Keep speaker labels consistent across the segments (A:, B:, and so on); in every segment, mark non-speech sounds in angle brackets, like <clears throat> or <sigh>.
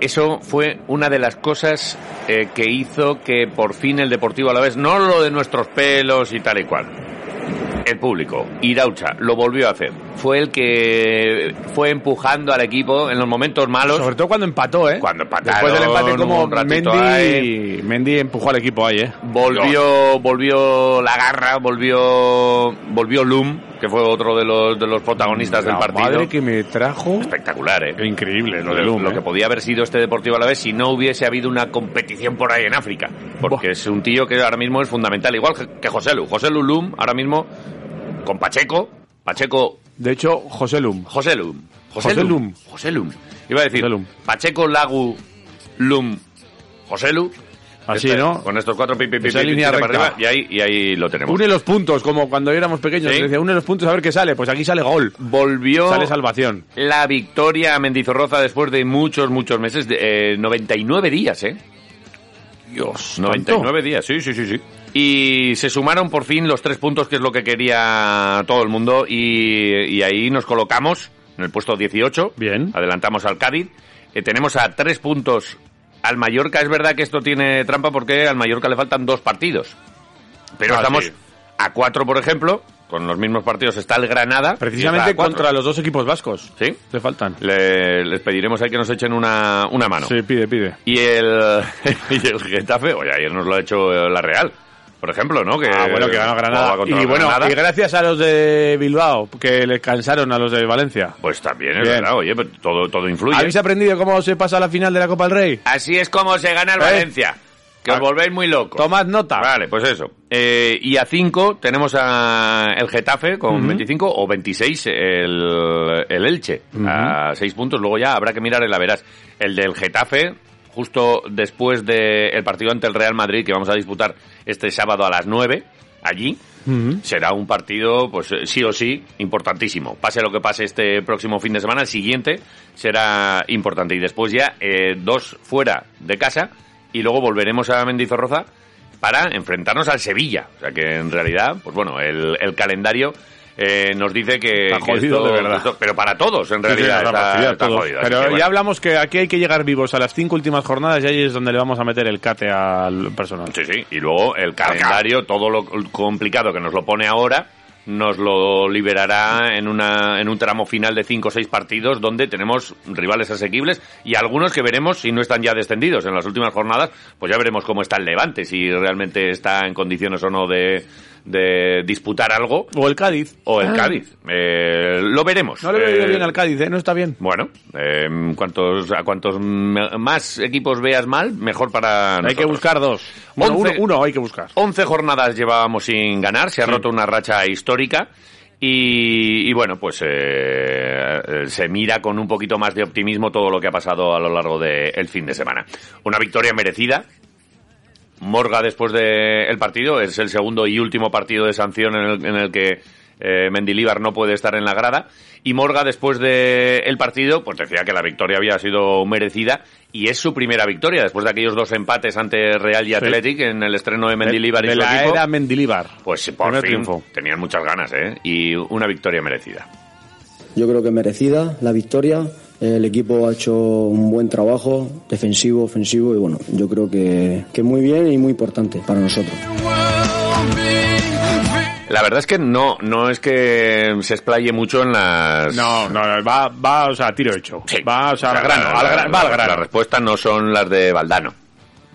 A: eso fue una de las cosas eh, que hizo que por fin el Deportivo a la vez, no lo de nuestros pelos y tal y cual, el público, Iraucha, lo volvió a hacer. Fue el que fue empujando al equipo en los momentos malos.
B: Sobre todo cuando empató, ¿eh?
A: Cuando empataron,
B: Después del empate, como
A: un ratito
B: Mendy,
A: ahí.
B: Mendy empujó al equipo ahí, ¿eh?
A: Volvió, volvió la garra, volvió, volvió Loom, que fue otro de los, de los protagonistas del
B: La
A: partido.
B: Mm, Madre que me trajo.
A: Espectacular, ¿eh?
B: Increíble
A: lo,
B: lo de Lum.
A: lo
B: ¿eh?
A: que podía haber sido este Deportivo a la vez si no hubiese habido una competición por ahí en África. Porque es un tío que ahora mismo es fundamental, igual que José Lu. José Lu Lum, ahora mismo, con Pacheco, Pacheco,
B: De hecho, José Lum.
A: José Lum.
B: José Lum.
A: José Lum. Iba a decir,
B: José Lum.
A: Pacheco, Lagu, Lum, José Lu.
B: Así,
A: Este,
B: ¿no?
A: Con estos cuatro pi, pi, pi,
B: Esa
A: pi,
B: línea
A: tira para
B: recta.
A: arriba, y ahí, y ahí lo tenemos.
B: Une los puntos, como cuando éramos pequeños.
A: Sí.
B: se Decía, une los puntos a ver qué sale. Pues aquí sale gol.
A: Volvió
B: Sale salvación.
A: la victoria a Mendizorroza después de muchos, muchos meses. de- eh, 99 días, ¿eh?
B: Dios.
A: 99 días, sí, sí, sí, sí. Y se sumaron por fin los tres puntos, que es lo que quería todo el mundo, y, y ahí nos colocamos en el puesto 18.
B: Bien.
A: Adelantamos al Cádiz. Eh, tenemos a tres puntos al Mallorca. Es verdad que esto tiene trampa porque al Mallorca le faltan dos partidos. Pero
B: Ah,
A: estamos
B: sí.
A: a cuatro, por ejemplo. Con los mismos partidos está el Granada. que
B: Precisamente
A: está a cuatro.
B: contra los dos equipos vascos.
A: Sí.
B: Le faltan.
A: Le- les pediremos ahí que nos echen una, una mano.
B: Sí, pide, pide.
A: Y el, <laughs> y el Getafe, oye, ayer nos lo ha hecho eh, la Real, por ejemplo, ¿no? Que,
B: Ah, bueno, que ganó Granada.
A: jugaba contra
B: Y
A: la
B: bueno,
A: Granada.
B: y gracias a los de Bilbao, que le cansaron a los de Valencia.
A: pues también es
B: Bien.
A: verdad, oye, pero todo, todo influye.
B: ¿Habéis aprendido cómo se pasa la final de la Copa del Rey?
A: Así es como se gana el
B: ¿Eh?
A: Valencia. Que os
B: Ah.
A: volvéis muy locos.
B: Tomad nota.
A: Vale, pues eso. Eh, y a 5 tenemos a el Getafe con 25 o 26 el, el Elche. A 6 puntos. Luego ya habrá que mirar el verás. El del Getafe, justo después del partido ante el Real Madrid que vamos a disputar este sábado a las 9 allí. Será un partido, pues eh, sí o sí, importantísimo. Pase lo que pase este próximo fin de semana, el siguiente será importante. Y después ya eh, dos fuera de casa y luego volveremos a Mendizorroza para enfrentarnos al Sevilla. O sea que en realidad, pues bueno, el, el calendario eh, nos dice que.
B: Está
A: que
B: jodido, de verdad.
A: esto- pero para todos, en
B: Sí, sí,
A: realidad.
B: la
A: está,
B: partida,
A: está
B: todos.
A: jodido. Así
B: Pero
A: que,
B: ya
A: bueno.
B: hablamos que aquí hay que llegar vivos a las cinco últimas jornadas y ahí es donde le vamos a meter el cate al personal.
A: Sí, sí. Y luego el calendario, todo lo complicado que nos lo pone ahora, nos lo liberará en, una, en un tramo final de cinco o seis partidos donde tenemos rivales asequibles y algunos que veremos si no están ya descendidos en las últimas jornadas, pues ya veremos cómo está el Levante, si realmente está en condiciones o no de, de disputar algo.
B: O el Cádiz.
A: o el
B: Ah,
A: Cádiz. Eh, lo veremos.
B: No le veo yo
A: Eh,
B: bien al Cádiz, ¿eh? No está bien.
A: Bueno, eh, cuantos, a cuantos me- más equipos veas mal, mejor para
B: hay que
A: nosotros.
B: buscar dos. Bueno, uno,
A: Once-
B: uno hay que buscar.
A: 11 jornadas llevábamos sin ganar, se ha roto una racha histórica y, y bueno, pues eh, eh, se mira con un poquito más de optimismo todo lo que ha pasado a lo largo del fin de semana. Una victoria merecida. Morga después del partido, es el segundo y último partido de sanción en el, en el que eh, Mendilíbar no puede estar en la grada. Y Morga, después del el partido, pues decía que la victoria había sido merecida y es su primera victoria después de aquellos dos empates ante Real y Athletic en el estreno de Mendilibar y
B: de
A: su
B: la
A: equipo.
B: era Mendilibar.
A: Pues por
B: Primer
A: fin
B: triunfo.
A: tenían muchas ganas, ¿eh? Y una victoria merecida.
C: Yo creo que merecida la victoria. El equipo ha hecho un buen trabajo, defensivo, ofensivo, y bueno, yo creo que, que muy bien y muy importante para nosotros.
A: La verdad es que no, no es que se explaye mucho en las...
B: No, no, no, va, va, o sea, a tiro hecho.
A: Sí.
B: Va, o sea,
A: O sea,
B: al grano, al grano, va al
A: Las
B: grano.
A: respuestas no son las de Valdano,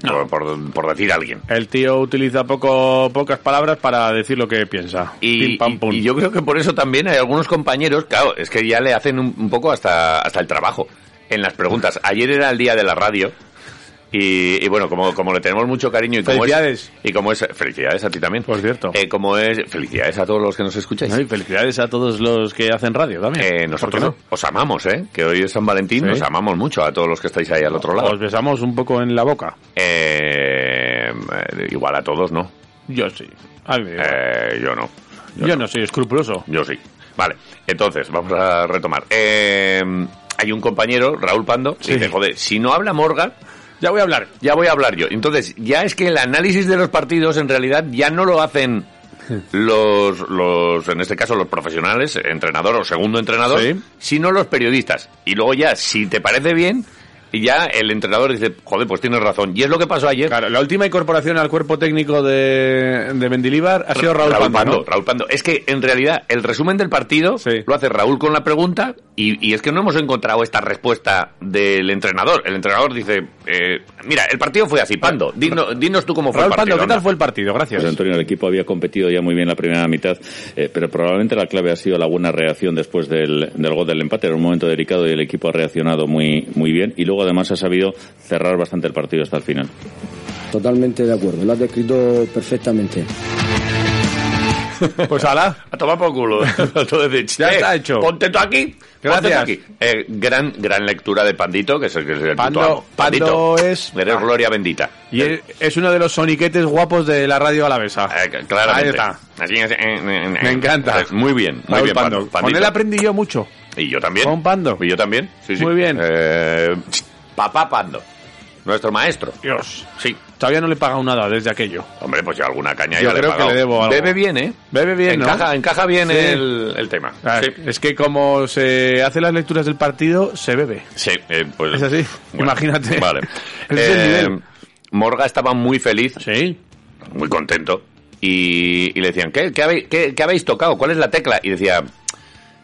A: por, por- por decir alguien.
B: El tío utiliza poco, pocas palabras para decir lo que piensa.
A: Y,
B: Pim, pam, pum.
A: y yo creo que por eso también hay algunos compañeros, claro, es que ya le hacen un, un poco hasta, hasta el trabajo en las preguntas. Ayer era el día de la radio. Y, y bueno, como, como le tenemos mucho cariño y como
B: Felicidades.
A: es y como es felicidades a ti también,
B: Por cierto.
A: Eh, como es felicidades a todos los que nos escucháis.
B: No, y felicidades a todos los que hacen radio también.
A: Eh,
B: ¿Por qué
A: nosotros
B: no?
A: os amamos, ¿eh? Que hoy es San Valentín,
B: Sí.
A: nos amamos mucho a todos los que estáis ahí al otro lado.
B: Os besamos un poco en la boca.
A: Eh, igual a todos, ¿no?
B: Yo sí. A mí me da igual.
A: Eh, yo no.
B: yo no soy escrupuloso.
A: Yo sí. Vale, entonces, vamos a retomar. Eh, hay un compañero, Raúl Pando, que
B: Sí.
A: dice, joder, si no habla Morgan,
B: Ya voy a hablar.
A: ya voy a hablar yo. Entonces, ya es que el análisis de los partidos en realidad ya no lo hacen
B: <laughs>
A: los, los en este caso, los profesionales, entrenador o segundo entrenador,
B: Sí.
A: sino los periodistas. Y luego ya, si te parece bien, ya el entrenador dice, joder, pues tienes razón. Y es lo que pasó ayer.
B: Claro, la última incorporación al cuerpo técnico de, de Mendilibar ha sido Raúl, Pando, ¿no?
A: Raúl Pando. Es que en realidad el resumen del partido
B: Sí.
A: lo hace Raúl con la pregunta y, y es que no hemos encontrado esta respuesta del entrenador. El entrenador dice, eh, mira, el partido fue así, Pando, dino- dinos tú cómo fue
B: Raúl
A: el partido.
B: Pando, ¿qué
A: anda".
B: tal fue el partido? Gracias.
D: Pues Antonio, el equipo había competido ya muy bien la primera mitad, eh, pero probablemente la clave ha sido la buena reacción después del, del gol del empate. Era un momento delicado y el equipo ha reaccionado muy, muy bien y luego además ha sabido cerrar bastante el partido hasta el final.
C: Totalmente de acuerdo, lo has descrito perfectamente.
B: Pues ala.
A: <laughs> A tomar por culo. Entonces,
B: Ya
A: eh,
B: está hecho.
A: Ponte tú aquí. Ponte tú
B: Gracias.
A: aquí. Eh, gran, gran lectura de Pandito, que es el que es el
B: Pando-
A: puto amo.
B: Pando es- Ah.
A: Eres gloria bendita.
B: Y es, es uno de los soniquetes guapos de la radio alavesa.
A: Eh, claramente.
B: Ah. Ahí está.
A: Así es, eh, eh, eh,
B: Me encanta.
A: Muy bien, muy
B: Raúl
A: bien,
B: Pando.
A: Pan-
B: Con
A: Pandito.
B: él aprendí yo mucho.
A: Y yo también.
B: Con Pando.
A: Y yo también. Sí, sí.
B: Muy bien.
A: Eh, papá Pando. Nuestro maestro.
B: Dios.
A: Sí.
B: Todavía no le he pagado nada desde aquello.
A: Hombre, pues ya alguna caña
B: Yo
A: ya
B: creo
A: le he
B: que
A: pagado.
B: le debo algo.
A: Bebe bien, ¿eh?
B: Bebe bien, ¿no?
A: encaja, Encaja bien
B: Sí.
A: el, el tema.
B: Ah,
A: Sí.
B: Es que como se hace las lecturas del partido, se bebe.
A: Sí, eh, pues...
B: ¿Es así? Imagínate.
A: Vale.
B: <laughs>
A: Eh,
B: Ese es el nivel.
A: Morga estaba muy feliz,
B: Sí.
A: muy contento, y, y le decían, ¿Qué, qué, habéis, qué- qué habéis tocado? ¿Cuál es la tecla? Y decía,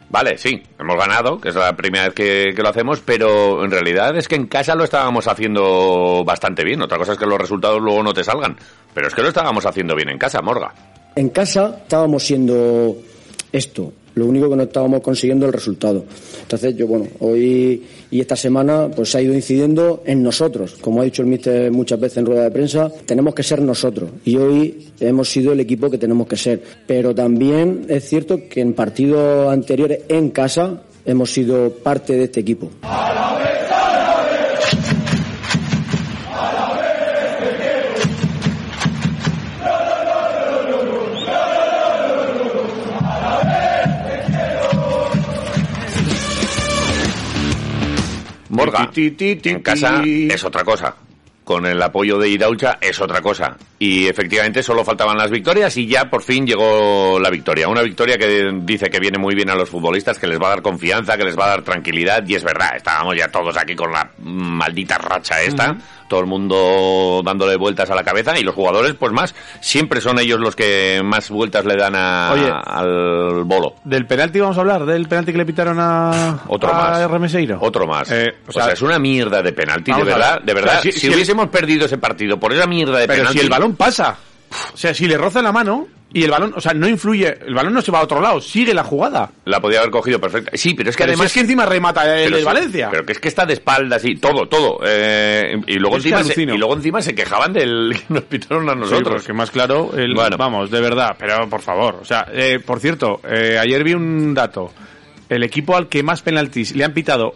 A: vale, sí, hemos ganado, que es la primera vez que, que lo hacemos, pero en realidad es que en casa lo estábamos haciendo bastante bien. Otra cosa es que los resultados luego no te salgan, pero es que lo estábamos haciendo bien en casa, Morga.
C: En casa estábamos siendo esto, lo único que no estábamos consiguiendo el resultado. Entonces yo, bueno, hoy y esta semana pues se ha ido incidiendo en nosotros. Como ha dicho el míster muchas veces en rueda de prensa, tenemos que ser nosotros. Y hoy hemos sido el equipo que tenemos que ser. Pero también es cierto que en partidos anteriores en casa hemos sido parte de este equipo.
A: Morga,
B: Ti, ti, ti, ti,
A: en casa
B: ti.
A: es otra cosa. Con el apoyo de Iraucha es otra cosa. Y efectivamente solo faltaban las victorias y ya por fin llegó la victoria. Una victoria que dice que viene muy bien a los futbolistas, que les va a dar confianza, que les va a dar tranquilidad. Y es verdad, estábamos ya todos aquí con la maldita racha esta. Todo el mundo dándole vueltas a la cabeza y los jugadores, pues más, siempre son ellos los que más vueltas le dan a-
B: Oye.
A: al bolo.
B: Del penalti vamos a hablar, del penalti que le pitaron a,
A: Otro
B: a
A: más.
B: Ah, Remeseiro.
A: Otro más.
B: Eh,
A: o, sea, es una mierda de penalti, de
B: Vamos a
A: verdad.
B: ver.
A: De verdad.
B: O sea, si-
A: si,
B: si el-
A: hubiésemos perdido ese partido por esa mierda de
B: Pero
A: penalti.
B: si el balón pasa, o sea, si le roza la mano y el balón, o sea, no influye, el balón no se va a otro lado, sigue la jugada.
A: La podía haber cogido perfecta. Sí, pero es que
B: Pero si
A: además.
B: es que encima remata el
A: pero
B: de
A: sí,
B: Valencia.
A: Pero que es que está de espaldas y todo, todo. Eh, y, luego
B: Es que
A: encima se,
B: alucino.
A: y luego encima se quejaban del <laughs> que nos pitaron a
B: Sí,
A: nosotros.
B: porque más claro, el-
A: Bueno.
B: vamos, de verdad, pero por favor. O sea, eh, por cierto, eh, ayer vi un dato. El equipo al que más penaltis le han pitado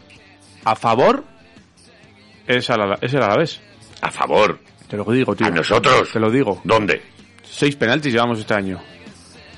B: a favor es, al Ala- es el Alavés.
A: A favor.
B: Te lo digo, tío.
A: ¿A nosotros?
B: Te lo digo.
A: ¿Dónde?
B: Seis penaltis llevamos este año.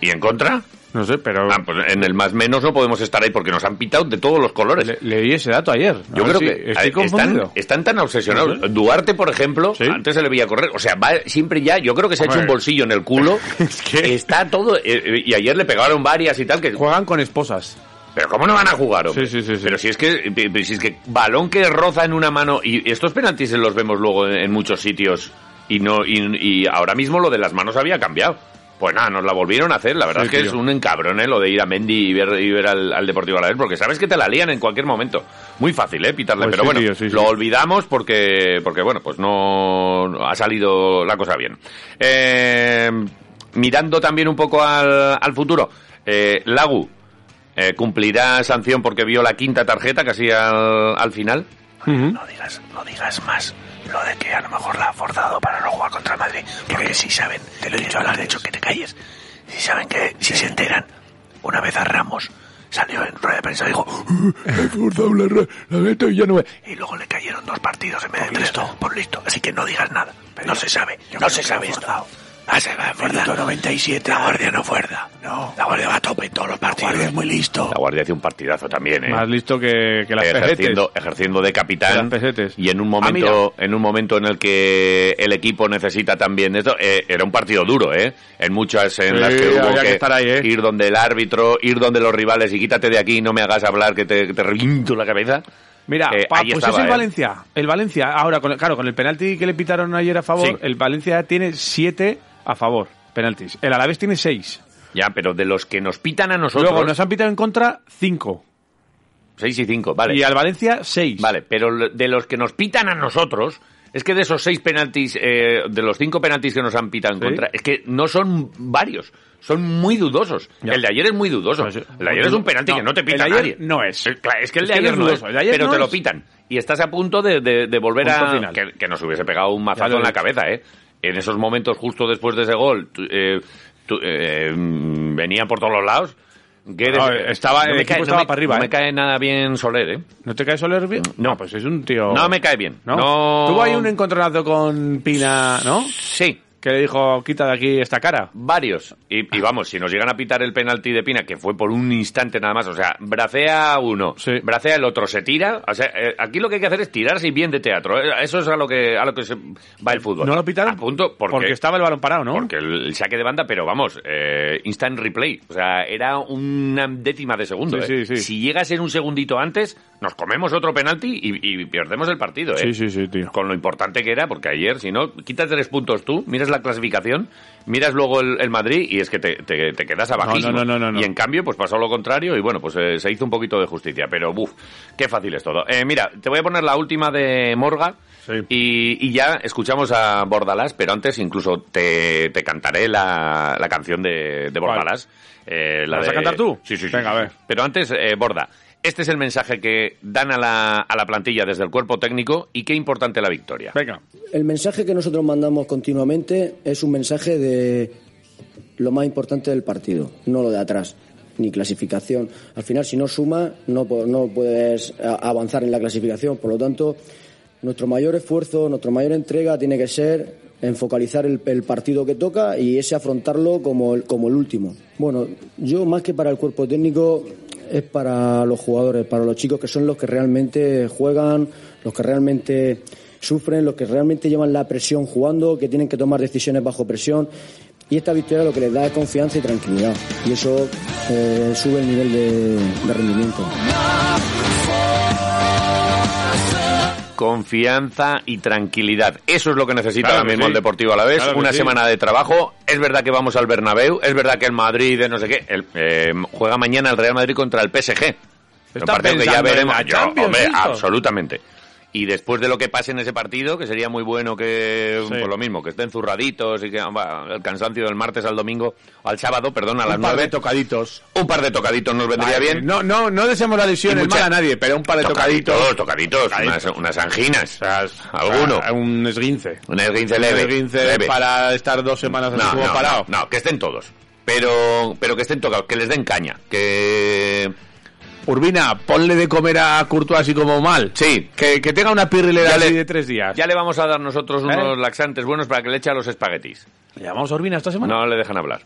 A: ¿Y en contra?
B: No sé, pero
A: Ah, pues en el más menos no podemos estar ahí porque nos han pitado de todos los colores.
B: le- leí ese dato ayer. A
A: pues, Yo
B: ver
A: creo
B: si
A: que
B: estoy
A: a- están,
B: confundido.
A: están tan obsesionados.
B: No sé.
A: Duarte, por ejemplo,
B: Sí.
A: antes se le veía correr. O sea, va siempre ya, yo creo que se ha hecho
B: Hombre.
A: un bolsillo en el culo.
B: <laughs> Es que-
A: Está todo. eh, eh, y ayer le pegaron varias y tal. Que,
B: Juegan con esposas.
A: pero ¿cómo no van a jugar? hombre?
B: Sí, sí, sí, sí.
A: Pero si es que pero si es que balón que roza en una mano y estos penaltis los vemos luego en, en muchos sitios y no y, y ahora mismo lo de las manos había cambiado. Pues nada, nos la volvieron a hacer. La verdad
B: Sí,
A: es que
B: tío.
A: es un encabrón, ¿eh? Lo de ir a Mendy y ver, y ver al, al Deportivo a la vez, porque sabes que te la lían en cualquier momento. Muy fácil, ¿eh? Pitarle,
B: Pues
A: pero
B: sí,
A: bueno,
B: tío, sí, sí.
A: lo olvidamos porque, porque bueno, pues no, no ha salido la cosa bien. Eh, mirando también un poco al, al futuro, eh, Lagu, eh, ¿Cumplirá sanción porque vio la quinta tarjeta casi al, al final?
E: No digas, no digas más lo de que a lo mejor la ha forzado para no jugar contra el Madrid. Porque si saben, te lo he dicho, ahora, de hecho que te calles. Si saben que, si se enteran, una vez a Ramos salió en rueda de prensa y dijo, "Ah, he forzado la, ra- la neta y ya no me-". Y luego le cayeron dos partidos en vez de tres. Por Pues listo. Así que no digas nada. no se sabe, no se sabe esto. Ah, se va a forzar. 97. La guardia no fuerza. No. La guardia va a tope en todos los partidos. La guardia es muy listo.
A: La Guardia hace un partidazo también, ¿eh?
B: Más listo que, que las pesetes.
A: ejerciendo, ejerciendo de
B: De
A: capitán
B: las pesetes. Ah,
A: y en un momento en un momento en el que el equipo necesita también esto eh, era un partido duro eh en muchas en
B: Sí,
A: las que hubo
B: había que estar ahí, ¿eh?
A: ir donde el árbitro ir donde los rivales y quítate de aquí y no me hagas hablar que te, que te reviento la cabeza
B: Mira,
A: Eh,
B: pa-
A: ahí
B: pues
A: estaba,
B: es el
A: ¿eh?
B: Valencia. El Valencia, ahora, con el- claro, con el penalti que le pitaron ayer a favor,
A: Sí.
B: el Valencia tiene 7 a favor, penaltis. El Alavés tiene 6.
A: ya pero de los que nos pitan a nosotros
B: Luego nos han pitado en contra 5.
A: 6 y 5 vale
B: Y al Valencia 6.
A: Vale, pero lo- de los que nos pitan a nosotros, es que de esos seis penaltis, eh, de los cinco penaltis que nos han pitado en
B: Sí.
A: contra, es que no son varios, son muy dudosos.
B: Ya.
A: El de ayer es muy dudoso.
B: Pues, eh,
A: el de ayer es un penalti
B: no,
A: que no te pita
B: el de ayer
A: nadie.
B: no es.
A: Eh, claro, Es que el
B: Es
A: de
B: que no
A: ayer
B: es
A: no es,
B: dudoso, el de ayer
A: pero
B: no
A: te lo
B: es.
A: pitan. Y estás a punto de, de- de volver
B: Punto
A: a...
B: final.
A: Que, que nos hubiese pegado un mazazo
B: lo
A: en la
B: digo.
A: cabeza, ¿eh? En esos momentos justo después de ese gol, tú- eh, tú- eh, mm, venía por todos los lados. Guedes-
B: No, estaba- el equipo
A: no
B: estaba
A: me-
B: para arriba,
A: No
B: ¿eh?
A: me cae nada bien Soler, ¿eh?
B: ¿No te cae Soler bien?
A: No.
B: Ah, pues es un tío...
A: No me cae bien.
B: ¿No?
A: No.
B: Tuvo ahí un encontronazo con Pina, ¿no?
A: Sí,
B: Que le dijo, quita de aquí esta cara.
A: varios. Y, y vamos, si nos llegan a pitar el penalti de Pina, que fue por un instante nada más, o sea, bracea uno,
B: Sí.
A: bracea el otro, se tira. O sea, eh, aquí lo que hay que hacer es tirarse y bien de teatro. eh, Eso es a lo que, a lo que se va el fútbol.
B: No lo pitaron
A: Pues, A punto, porque,
B: porque estaba el balón parado, ¿no?
A: porque el, el saque de banda, pero vamos, eh, instant replay. O sea, era una décima de segundo.
B: Sí,
A: eh.
B: sí, sí.
A: Si llega a ser un segundito antes, nos comemos otro penalti y, y perdemos el partido. eh.
B: Sí, sí, sí, tío.
A: con lo importante que era, porque ayer, si no, quitas tres puntos tú, miras la clasificación, miras luego el, el Madrid y es que te, te- te quedas abajísimo.
B: No, no, no, no, no.
A: Y en cambio, pues pasó lo contrario y bueno, pues eh, se hizo un poquito de justicia, pero buf, qué fácil es todo. Eh, mira, te voy a poner la última de Morga
B: Sí.
A: y, y ya escuchamos a Bordalás, pero antes incluso te, te cantaré la, la canción de, de
B: ¿Cuál?
A: Bordalás. Eh, la
B: ¿La vas a
A: de-
B: cantar tú?
A: Sí, sí, sí.
B: Venga, a ver.
A: Pero antes, eh, Borda, este es el mensaje que dan a la, a la plantilla desde el cuerpo técnico y qué importante la victoria.
B: Venga.
C: El mensaje que nosotros mandamos continuamente es un mensaje de lo más importante del partido, no lo de atrás, ni clasificación. Al final, si no sumas, no, po- no puedes a- avanzar en la clasificación. Por lo tanto, nuestro mayor esfuerzo, nuestra mayor entrega tiene que ser en focalizar el, el partido que toca y ese afrontarlo como el, como el último. Bueno, yo más que para el cuerpo técnico es para los jugadores, para los chicos que son los que realmente juegan, los que realmente sufren, los que realmente llevan la presión jugando, que tienen que tomar decisiones bajo presión. Y esta victoria lo que les da es confianza y tranquilidad. Y eso eh, sube el nivel de, de rendimiento.
A: Confianza y tranquilidad. Eso es lo que necesita
B: Claro
A: ahora
B: que
A: mismo
B: sí.
A: el Deportivo a la vez.
B: Claro que
A: Una
B: sí.
A: semana de trabajo. Es verdad que vamos al Bernabéu. Es verdad que el Madrid, de no sé qué, el- eh, juega mañana el Real Madrid contra el PSG. Un
B: Está
A: partido que ya
B: pensando en
A: veremos.
B: la
A: Yo,
B: Champions,
A: hombre,
B: listo.
A: absolutamente. Y después de lo que pase en ese partido, que sería muy bueno que,
B: Sí.
A: por lo mismo, que estén zurraditos y que va, el cansancio del martes al domingo, al sábado, perdón, a las
B: Un par de
A: nueve,
B: tocaditos.
A: un par de tocaditos nos vendría
B: Vale,
A: bien.
B: No, no, no deseamos la lesión
A: Y
B: en
A: mucha-
B: mal a nadie, pero un par de tocaditos.
A: Tocaditos, tocaditos, unas, unas anginas, alguno.
B: Ah, Un esguince.
A: Un esguince
B: Un
A: leve.
B: esguince
A: leve.
B: para estar dos semanas en
A: No,
B: el
A: no,
B: parado.
A: no, no, que estén todos. Pero, pero que estén tocados, que les den caña. Que.
B: Urbina, ponle de comer a Courtois así como mal.
A: Sí,
B: Que, que tenga una pirrilera
A: Ya
B: así
A: le-
B: de tres días.
A: ya le vamos a dar nosotros unos
B: ¿Eh?
A: laxantes buenos para que le eche a los espaguetis.
B: ¿Le llamamos a Urbina esta semana?
A: No le dejan hablar.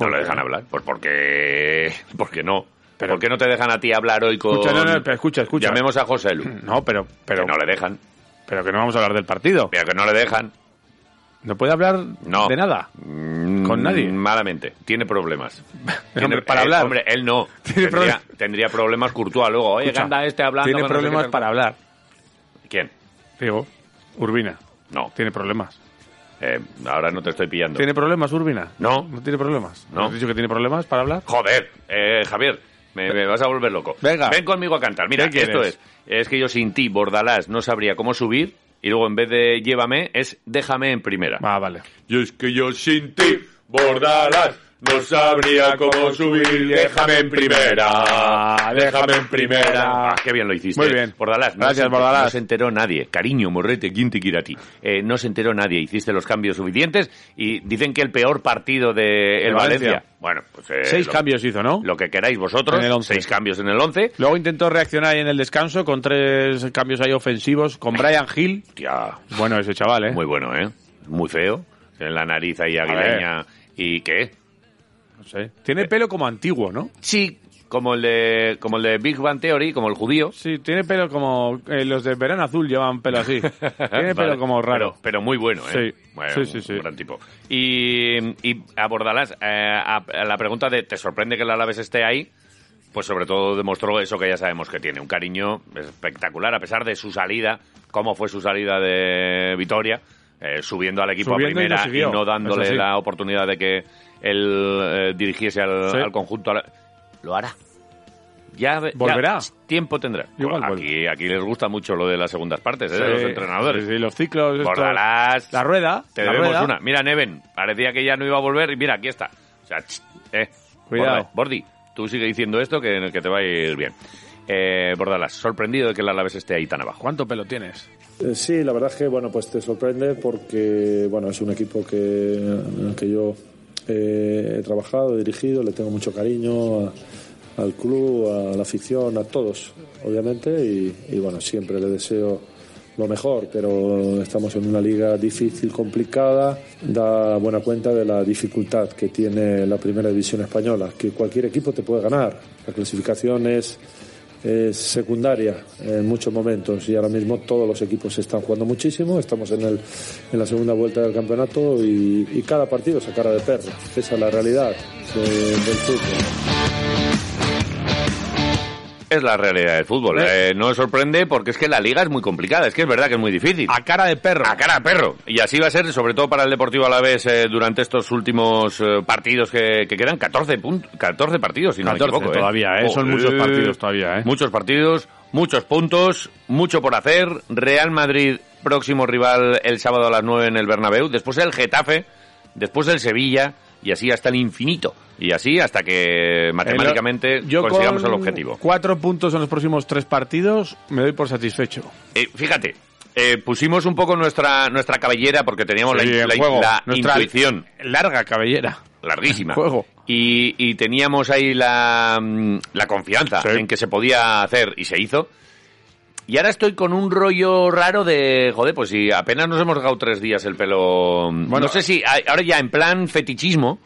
A: No lo dejan hablar. Pues porque. Porque no. ¿Por qué no te dejan a ti hablar hoy con.
B: Escucha, no, no, pero escucha, escucha.
A: Llamemos a José Lu.
B: No, pero, pero,
A: Que no le dejan.
B: pero que no vamos a hablar del partido.
A: Mira, que no le dejan.
B: No puede hablar
A: No.
B: de nada. Con nadie.
A: Mm, Malamente. Tiene
B: <laughs>
A: problemas. Tiene-
B: Hombre, para
A: eh,
B: hablar.
A: Hombre, él no.
B: <laughs> Tiene
A: tendría,
B: problemas.
A: tendría problemas Courtois luego. Oye,
B: Escucha,
A: que anda este hablando.
B: Tiene
A: que no sé
B: problemas
A: qué tal.
B: para hablar.
A: ¿Quién?
B: Digo, Urbina.
A: No.
B: Tiene problemas.
A: Eh, ahora no te estoy pillando.
B: ¿Tiene problemas, Urbina?
A: No.
B: ¿No tiene problemas?
A: No.
B: ¿Has dicho que tiene problemas para hablar?
A: Joder, eh, Javier, me, me vas a volver loco.
B: Venga.
A: Ven conmigo a cantar. Mira,
B: ¿Qué
A: esto
B: quieres?
A: es. Es que yo sin ti, Bordalás, no sabría cómo subir. Y luego en vez de llévame, es déjame en primera.
B: Ah, vale.
A: Yo es que yo sin ti, Bordalás, no sabría cómo subir. Déjame en primera.
B: déjame en
A: Ah, Primera. Ah, qué bien lo hiciste.
B: Muy bien.
A: Bordalás, no,
B: Gracias,
A: se, enter-
B: Bordalás.
A: no se enteró nadie. Cariño, morrete, quien te quiera a ti. Eh, no se enteró nadie. Hiciste los cambios suficientes y dicen que el peor partido de el Valencia.
B: Valencia.
A: Bueno, pues. eh,
B: Seis
A: lo-
B: cambios hizo, ¿no?
A: Lo que queráis vosotros.
B: En el once.
A: seis cambios en el 11.
B: Luego intentó reaccionar ahí en el descanso con tres cambios ahí ofensivos con Brian Hill.
A: Hostia,
B: Bueno, ese chaval, ¿eh?
A: muy bueno, ¿eh? Muy feo. En la nariz ahí aguileña. ¿Y qué?
B: No sé. Tiene pelo como antiguo, ¿no?
A: Sí, como el de, como el de Big Bang Theory, como el judío.
B: Sí, tiene pelo como... eh, los de Verano Azul llevan pelo <laughs> así.
A: Vale.
B: tiene pelo como raro.
A: Pero, pero muy bueno, ¿eh?
B: Sí.
A: Bueno,
B: Sí, sí, sí.
A: Un gran tipo. Y, y abordarás eh, a, a la pregunta de ¿te sorprende que el Alaves esté ahí? Pues sobre todo demostró eso que ya sabemos que tiene, un cariño espectacular, a pesar de su salida, cómo fue su salida de Vitoria, eh, subiendo al equipo
B: Subiendo
A: a
B: y lo
A: primera y,
B: siguió,
A: no
B: eso
A: dándole
B: sí.
A: la oportunidad de que él eh, dirigiese al,
B: Sí.
A: al conjunto. ala- Lo hará. Ya, ya
B: Volverá.
A: tiempo tendrá.
B: Igual
A: aquí, aquí les gusta mucho lo de las segundas partes, ¿eh? de los
B: Sí,
A: entrenadores.
B: sí, sí, los ciclos. estos.
A: Bordalás.
B: La rueda.
A: Te
B: la
A: debemos
B: rueda.
A: una. Mira, Neven, parecía que ya no iba a volver y mira, aquí está. O sea, ch, eh.
B: Cuidado.
A: Borda- Bordi, tú sigue diciendo esto que, en el que te va a ir bien. Eh, Bordalás, sorprendido de que el Alavés esté ahí tan abajo.
B: ¿Cuánto pelo tienes?
F: Eh, Sí, la verdad es que bueno, pues te sorprende porque bueno, es un equipo que, en el que yo eh, he trabajado, he dirigido, le tengo mucho cariño a- al club, a la afición, a todos, obviamente, y, y, bueno, siempre le deseo lo mejor, pero estamos en una liga difícil, complicada, da buena cuenta de la dificultad que tiene la primera división española, que cualquier equipo te puede ganar. La clasificación es es secundaria en muchos momentos y ahora mismo todos los equipos están jugando muchísimo, estamos en, el, en la segunda vuelta del campeonato y, y cada partido se cara de perro, esa es la realidad de- del fútbol.
A: Es la realidad del fútbol.
B: Eh.
A: Eh, no sorprende porque es que la liga es muy complicada. Es que es verdad que es muy difícil.
B: A cara de perro.
A: A cara a perro. Y así va a ser, sobre todo para el Deportivo Alavés, eh, durante estos últimos eh, partidos que, que quedan. 14, punt- 14 partidos, si no me
B: 14
A: equivoco. Oh,
B: todavía, eh. Son muchos partidos todavía, eh.
A: Muchos partidos, muchos puntos, mucho por hacer. Real Madrid, próximo rival el sábado a las 9 en el Bernabéu. Después el Getafe, después el Sevilla. Y así hasta el infinito. Y así hasta que matemáticamente
B: El- Eh, yo
A: consigamos
B: con
A: el objetivo.
B: Cuatro puntos en los próximos tres partidos, me doy por satisfecho.
A: Eh, fíjate, eh, pusimos un poco nuestra, nuestra cabellera porque teníamos la,
B: Sí,
A: in-
B: en
A: la in-
B: juego.
A: la
B: Nuestra
A: intuición
B: Larga cabellera. <laughs>
A: larguísima.
B: Juego.
A: Y, y teníamos ahí la, mm, la confianza
B: Sí.
A: en que se podía hacer y se hizo. Y ahora estoy con un rollo raro de, joder, pues si apenas nos hemos dejado tres días el pelo... mm,
B: Bueno.
A: no sé si, a- ahora ya en plan fetichismo,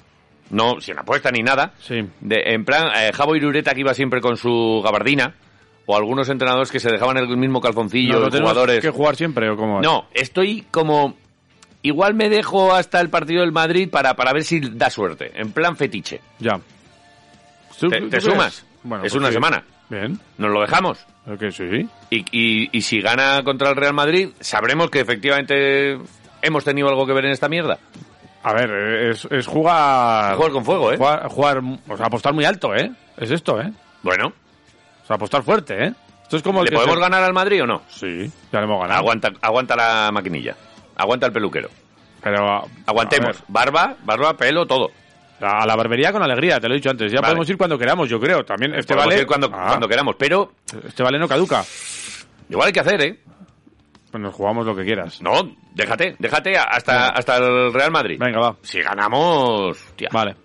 A: no, sin apuesta ni nada,
B: Sí.
A: de- en plan eh, Javo Irureta que iba siempre con su gabardina, o algunos entrenadores que se dejaban el mismo calzoncillo,
B: ¿Nos lo
A: los
B: tenemos
A: jugadores...
B: que jugar siempre o cómo es?
A: No, estoy como. Igual me dejo hasta el partido del Madrid para, para ver si da suerte. En plan fetiche.
B: Ya. ¿Tú-
A: ¿Te-
B: tú
A: te
B: crees?
A: sumas? Es una semana.
B: pues Bien.
A: Nos lo dejamos.
B: Ok, sí.
A: Y, y- y si gana contra el Real Madrid, sabremos que efectivamente hemos tenido algo que ver en esta mierda.
B: A ver, eh, es, es jugar...
A: Jugar con fuego, ¿eh?
B: Jugar, jugar- o sea, apostar muy alto, ¿eh? Es esto, ¿eh?
A: Bueno,
B: O sea, apostar fuerte, ¿eh? Esto es como... el
A: ¿le
B: que
A: podemos
B: se-
A: ganar al Madrid o no?
B: Sí, ya lo hemos ganado.
A: Aguanta, aguanta la maquinilla. Aguanta el peluquero.
B: Pero... a-
A: Aguantemos. Barba, barba, pelo, todo.
B: A, a la barbería con alegría, te lo he dicho antes. Ya
A: Vale.
B: podemos ir cuando queramos, yo creo. También este
A: Podemos
B: vale...
A: ir cuando,
B: Ah,
A: cuando queramos. Pero
B: Este vale no caduca.
A: igual hay que hacer, ¿eh?
B: Pues nos jugamos lo que quieras.
A: No, déjate, déjate hasta, hasta el Real Madrid.
B: Venga, va.
A: Si ganamos, hostia,
B: Vale.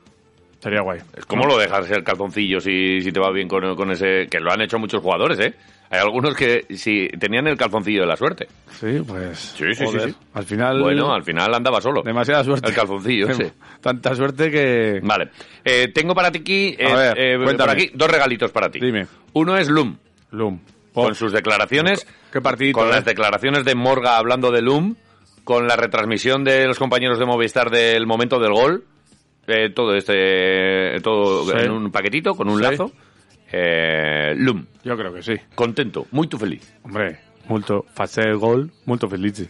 B: Sería guay.
A: es como lo dejas el calzoncillo si, si te va bien con, con ese. Que lo han hecho muchos jugadores, ¿eh? Hay algunos que sí, tenían el calzoncillo de la suerte.
B: Sí, pues.
A: Sí, sí, sí, sí.
B: Al final.
A: Bueno, al final andaba solo.
B: Demasiada suerte.
A: El
B: <laughs>
A: calzoncillo, sí.
B: Tanta suerte que.
A: Vale. Eh, tengo para ti aquí, eh,
B: A ver,
A: eh,
B: cuéntame.
A: por aquí dos regalitos para ti.
B: Dime.
A: Uno es Loom,
B: Loom.
A: con sus declaraciones.
B: Qué partidito,
A: Con
B: eh.
A: las declaraciones de Morga hablando de Loom, con la retransmisión de los compañeros de Movistar del momento del gol. eh, todo este. Todo
B: Sí.
A: en un paquetito, con un
B: Sí.
A: lazo. Eh, Loom,
B: Yo creo que sí.
A: contento, muy tu feliz.
B: Hombre, molto facer gol, molto felice.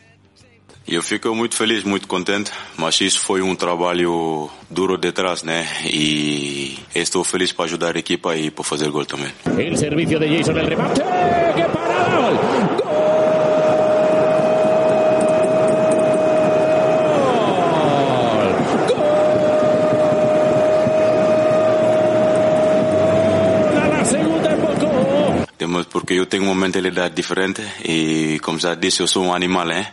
G: Eu fico muito feliz, muito contente, mas isso foi um trabalho duro detrás, né? E estou feliz para ajudar a equipa e para fazer gol também.
H: El servicio de Jason, el remate. ¡Qué parada! ¡Gol! ¡Gol! ¡Gol! A la segunda en poco.
G: Temos porque eu tenho uma mentalidade diferente e, como já disse, eu sou um animal, né?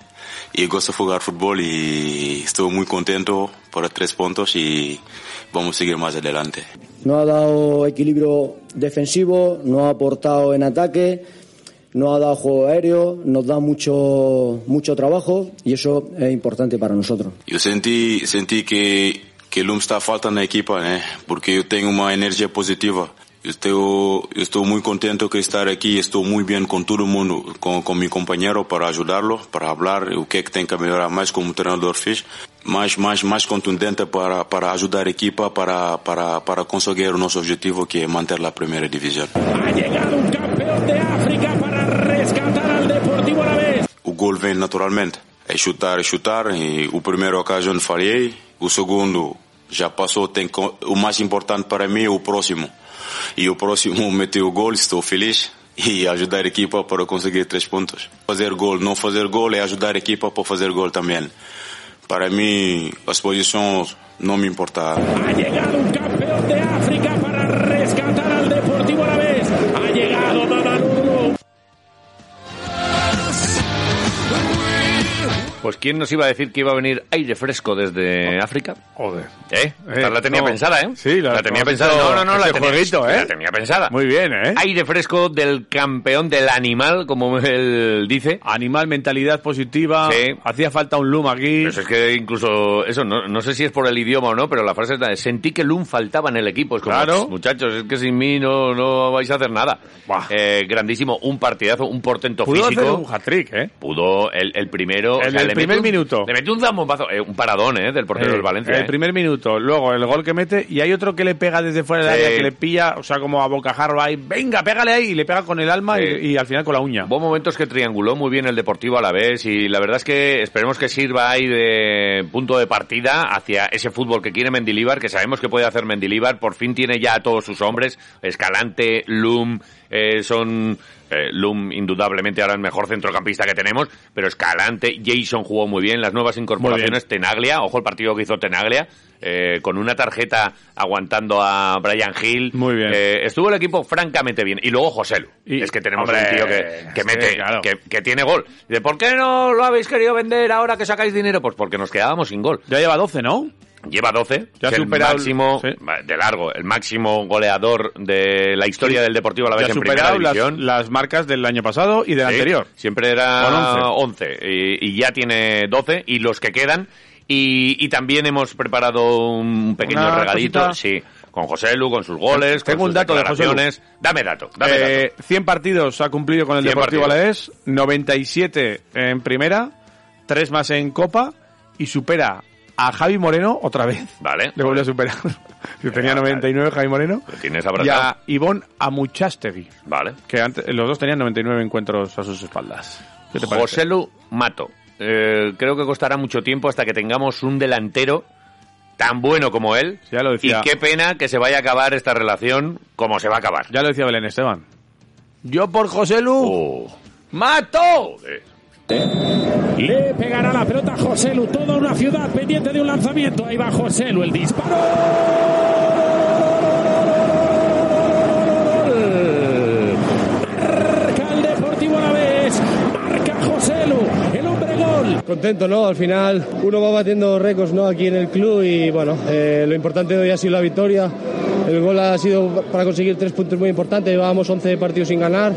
G: E gosto de jogar futebol e estou muito contente para três pontos e vamos seguir mais adelante.
C: No ha dado equilibrio defensivo, no ha aportado en ataque, no ha dado juego aéreo, nos da mucho, mucho trabajo y eso es importante para nosotros.
G: Eu senti, senti que, que Lume está falta na equipa, né? Porque eu tenho uma energia positiva. Eu estou, eu estou muito contente de estar aqui, estou muito bem com todo mundo, com, com meu companheiro para ajudá-lo, para falar o que é que tem que melhorar mais como treinador fiz, mais, mais, mais contundente para, para ajudar a equipa, para, para, para conseguir o nosso objetivo que é manter a primeira divisão.
H: Ha llegado un campeón de África para rescatar al Deportivo a la vez.
G: o gol vem naturalmente. É chutar, é chutar. E o primeiro ocasião falhei, o segundo já passou. Tem co- o mais importante para mim é o próximo. E o próximo <laughs> meteu o gol, estou feliz. <laughs> E ajudar a equipa para conseguir três pontos. Fazer gol, não fazer gol é ajudar a equipa para fazer gol também. Para mim, as posições não me importaram.
H: Ha llegado un campeón de África para rescatar al Deportivo a la vez. Ha llegado Mamanulu.
A: Pues quién nos iba a decir que iba a venir aire fresco desde África.
B: Joder.
A: ¿Eh? Esta
B: Eh,
A: la tenía
B: no.
A: pensada, ¿eh?
B: Sí, la-
A: la tenía
B: hemos
A: pensada.
B: hecho
A: No, no, no, la
B: este
A: tenía,
B: jueguito, ¿eh?
A: la tenía pensada.
B: Muy bien, ¿eh?
A: Aire fresco del campeón del animal, como él dice.
B: Animal, mentalidad positiva.
A: Sí.
B: Hacía falta un Loom aquí.
A: Pero Pues es que incluso eso, no, no sé si es por el idioma o no, pero la frase es la de, sentí que Lum faltaba en el equipo. Es como,
B: Claro.
A: muchachos, es que sin mí no, no vais a hacer nada.
B: Buah.
A: Eh, grandísimo, un partidazo, un portento
B: Pudo
A: físico.
B: hacer un hat-trick, ¿eh?
A: Pudo el, el primero.
B: El del
A: le metió
B: primer
A: un-
B: minuto.
A: Le metió un zambombazo, eh, un paradón, ¿eh? Del portero
B: Eh,
A: del Valencia.
B: El
A: eh.
B: primer minuto, luego el gol que mete y hay otro que le pega desde fuera del
A: Sí.
B: área, que le pilla, o sea, como a bocajarro ahí, venga, pégale ahí, y le pega con el alma y-
A: Sí.
B: y, al final con la uña.
A: Hubo momentos que trianguló muy bien el Deportivo a la vez y la verdad es que esperemos que sirva ahí de punto de partida hacia ese fútbol que quiere Mendilibar, que sabemos que puede hacer Mendilibar. Por fin tiene ya a todos sus hombres, Escalante, Lum, eh, son... eh, Lum indudablemente ahora el mejor centrocampista que tenemos, pero Escalante, Jason jugó muy bien, las nuevas incorporaciones, Tenaglia, ojo el partido que hizo Tenaglia, eh, con una tarjeta aguantando a Brian Hill.
B: Muy bien.
A: Eh, estuvo el equipo francamente bien. Y luego José
B: Y-
A: es que tenemos
B: hombre,
A: un tío que, que
B: sí,
A: mete,
B: claro.
A: que, que tiene gol. Dice, ¿por qué no lo habéis querido vender ahora que sacáis dinero? Pues porque nos quedábamos sin gol.
B: Ya lleva 12, ¿no?
A: Lleva 12,
B: Ya
A: que el
B: superado el-
A: máximo,
B: sí.
A: de largo, el máximo goleador de la historia del Deportivo a la
B: Ya
A: vez
B: ha
A: en primera
B: superado las,
A: división.
B: las marcas del año pasado y del
A: Sí,
B: anterior.
A: Siempre era
B: Con
A: 11, y, y ya tiene 12 y los que quedan. Y, y también hemos preparado un pequeño
B: Una
A: regalito,
B: cosita.
A: sí, con José Lu, con sus goles,
B: Tengo
A: con
B: un
A: sus
B: dato de Joselu.
A: declaraciones. Dame dato, dame dato.
B: Eh, 100 partidos ha cumplido con el
A: 100
B: Deportivo
A: partidos.
B: Alavés, 97 en primera, 3 más en Copa y supera a Javi Moreno otra vez.
A: Vale.
B: Le vuelve a superar. <laughs> que tenía
A: vale.
B: 99 Javi Moreno.
A: Lo tienes
B: Y
A: abrazado.
B: a Ivón Amuchastegui.
A: Vale.
B: que antes, los dos tenían 99 encuentros a sus espaldas. ¿Qué te parece?
A: Joselu Mato. Eh, creo que costará mucho tiempo hasta que tengamos un delantero tan bueno como él.
B: Ya lo decía.
A: Y qué pena que se vaya a acabar esta relación como se va a acabar.
B: Ya lo decía Belén Esteban. Yo por Joselu
A: Oh,
B: mato.
A: joder.
H: Le pegará la pelota a Joselu, toda una ciudad pendiente de un lanzamiento. Ahí va Joselu, el disparo. Marca el Deportivo a la vez. Marca Joselu, el hombre gol.
C: Contento, ¿no? Al final uno va batiendo récords, ¿no? Aquí en el club y bueno, eh, lo importante hoy ha sido la victoria. El gol ha sido para conseguir tres puntos muy importantes. Llevábamos 11 partidos sin ganar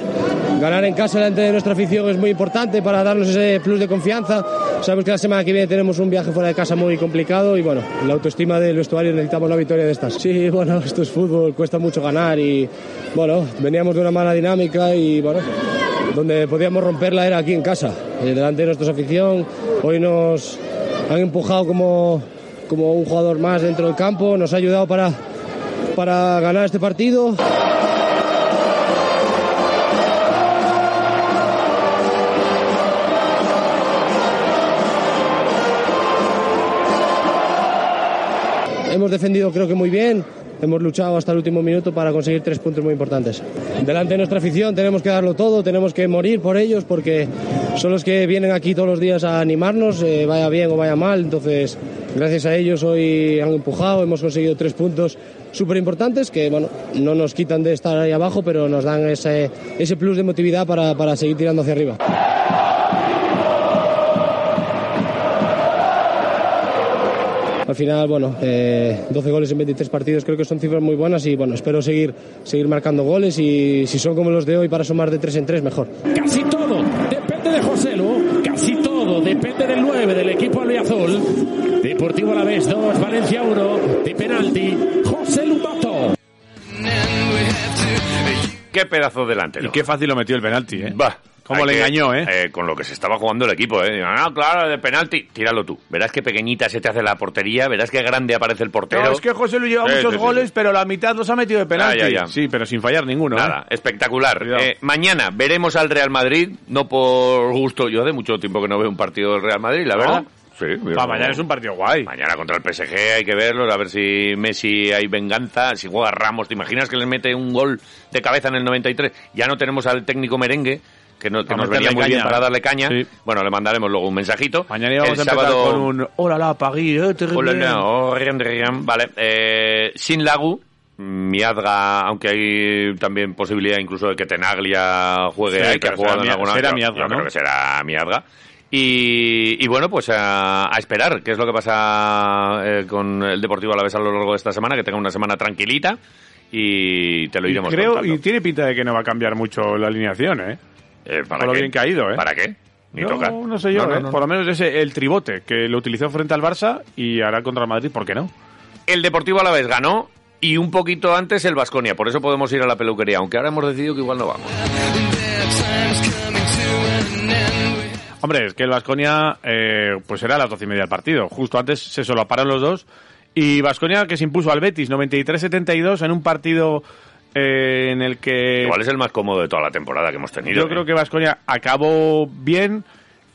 I: Ganar en casa delante de nuestra afición es muy importante para darnos ese plus de confianza. Sabemos que la semana que viene tenemos un viaje fuera de casa muy complicado y bueno, la autoestima del vestuario necesitamos la victoria de estas. Sí, bueno, esto es fútbol, cuesta mucho ganar y bueno, veníamos de una mala dinámica y bueno, donde podíamos romperla era aquí en casa, eh, delante de nuestra afición. Hoy nos han empujado como, como un jugador más dentro del campo, nos ha ayudado para, para ganar este partido. Hemos defendido creo que muy bien, hemos luchado hasta el último minuto para conseguir tres puntos muy importantes. Delante de nuestra afición tenemos que darlo todo, tenemos que morir por ellos porque son los que vienen aquí todos los días a animarnos, eh, vaya bien o vaya mal. Entonces, gracias a ellos hoy han empujado, hemos conseguido tres puntos súper importantes que bueno, no nos quitan de estar ahí abajo, pero nos dan ese, ese plus de motividad para, para seguir tirando hacia arriba. Al final, bueno, eh, 12 goles en 23 partidos creo que son cifras muy buenas y bueno, espero seguir, seguir marcando goles y si son como los de hoy para sumar de 3 en 3 mejor.
H: Casi todo depende de José Lu, casi todo depende del 9 del equipo albiazul. Deportivo a la vez 2, Valencia 1, de penalti, José Lu mató.
A: Qué pedazo delantero.
B: Y qué fácil lo metió el penalti, ¿eh?
A: Bah,
B: Cómo
A: hay
B: le
A: que-
B: engañó, ¿eh?
A: Con lo que se estaba jugando el equipo, ¿eh? Ah, claro, de penalti. Tíralo tú. Verás qué pequeñita se te hace la portería, verás qué grande aparece el portero.
B: No, es que José Luis lleva
A: Sí,
B: muchos
A: sí, sí,
B: goles,
A: sí.
B: pero la mitad los ha metido de penalti.
A: Ya, ya, ya.
B: Sí, pero sin fallar ninguno. ¿eh?
A: Nada, espectacular.
B: Cuidado.
A: Eh, mañana veremos al Real Madrid, no por gusto. Yo hace mucho tiempo que no veo un partido del Real Madrid, la
B: ¿No?
A: verdad. Sí, yo
B: Pa,
A: no-
B: mañana es un partido guay.
A: Mañana contra el PSG hay que verlo, a ver si Messi hay venganza, si juega Ramos, ¿te imaginas que le mete un gol de cabeza en el 93? Ya no tenemos al técnico merengue, que, no, que
B: Para
A: nos
B: meterle
A: venía muy bien
B: caña.
A: para darle caña.
B: Sí.
A: Bueno, le mandaremos luego un mensajito.
B: Mañana vamos
A: el
B: a empezar
A: sábado,
B: con un hola la Pagui, eh, te
A: Hola,
B: ríes".
A: hola, oh, riam, riam. Vale, eh, sin Lagu, Miazga, aunque hay también posibilidad incluso de que Tenaglia juegue
B: Sí,
A: ahí, que
B: pero
A: ha jugado
B: será
A: en
B: Mia-
A: alguna
B: será
A: yo-
B: Miazga,
A: yo creo
B: ¿no?
A: que será Miazga. Y, y bueno, pues a, a esperar qué es lo que pasa eh, con el Deportivo Alavés a lo largo de esta semana, que tenga una semana tranquilita y te lo
B: Y
A: iremos
B: creo,
A: contando.
B: y tiene pinta de que no va a cambiar mucho la alineación, ¿eh?
A: Eh, ¿para
B: por lo
A: qué?
B: bien caído, ¿eh?
A: ¿Para qué? Ni
B: no,
A: tocar.
B: no sé yo,
A: No, no,
B: ¿eh?
A: no, no.
B: por lo menos ese, el tribote que lo utilizó frente al Barça y hará contra el Madrid, ¿por qué no?
A: el Deportivo Alavés ganó y un poquito antes el Vasconia. Por eso podemos ir a la peluquería, aunque ahora hemos decidido que igual no vamos.
B: Hombre, es que el Vasconia pues era a las doce y media del partido. Justo antes se solaparon los dos. Y Vasconia que se impuso al Betis 93-72 en un partido eh, en el que
A: Igual es el más cómodo de toda la temporada que hemos tenido.
B: yo
A: ¿eh?
B: creo que Vasconia acabó bien.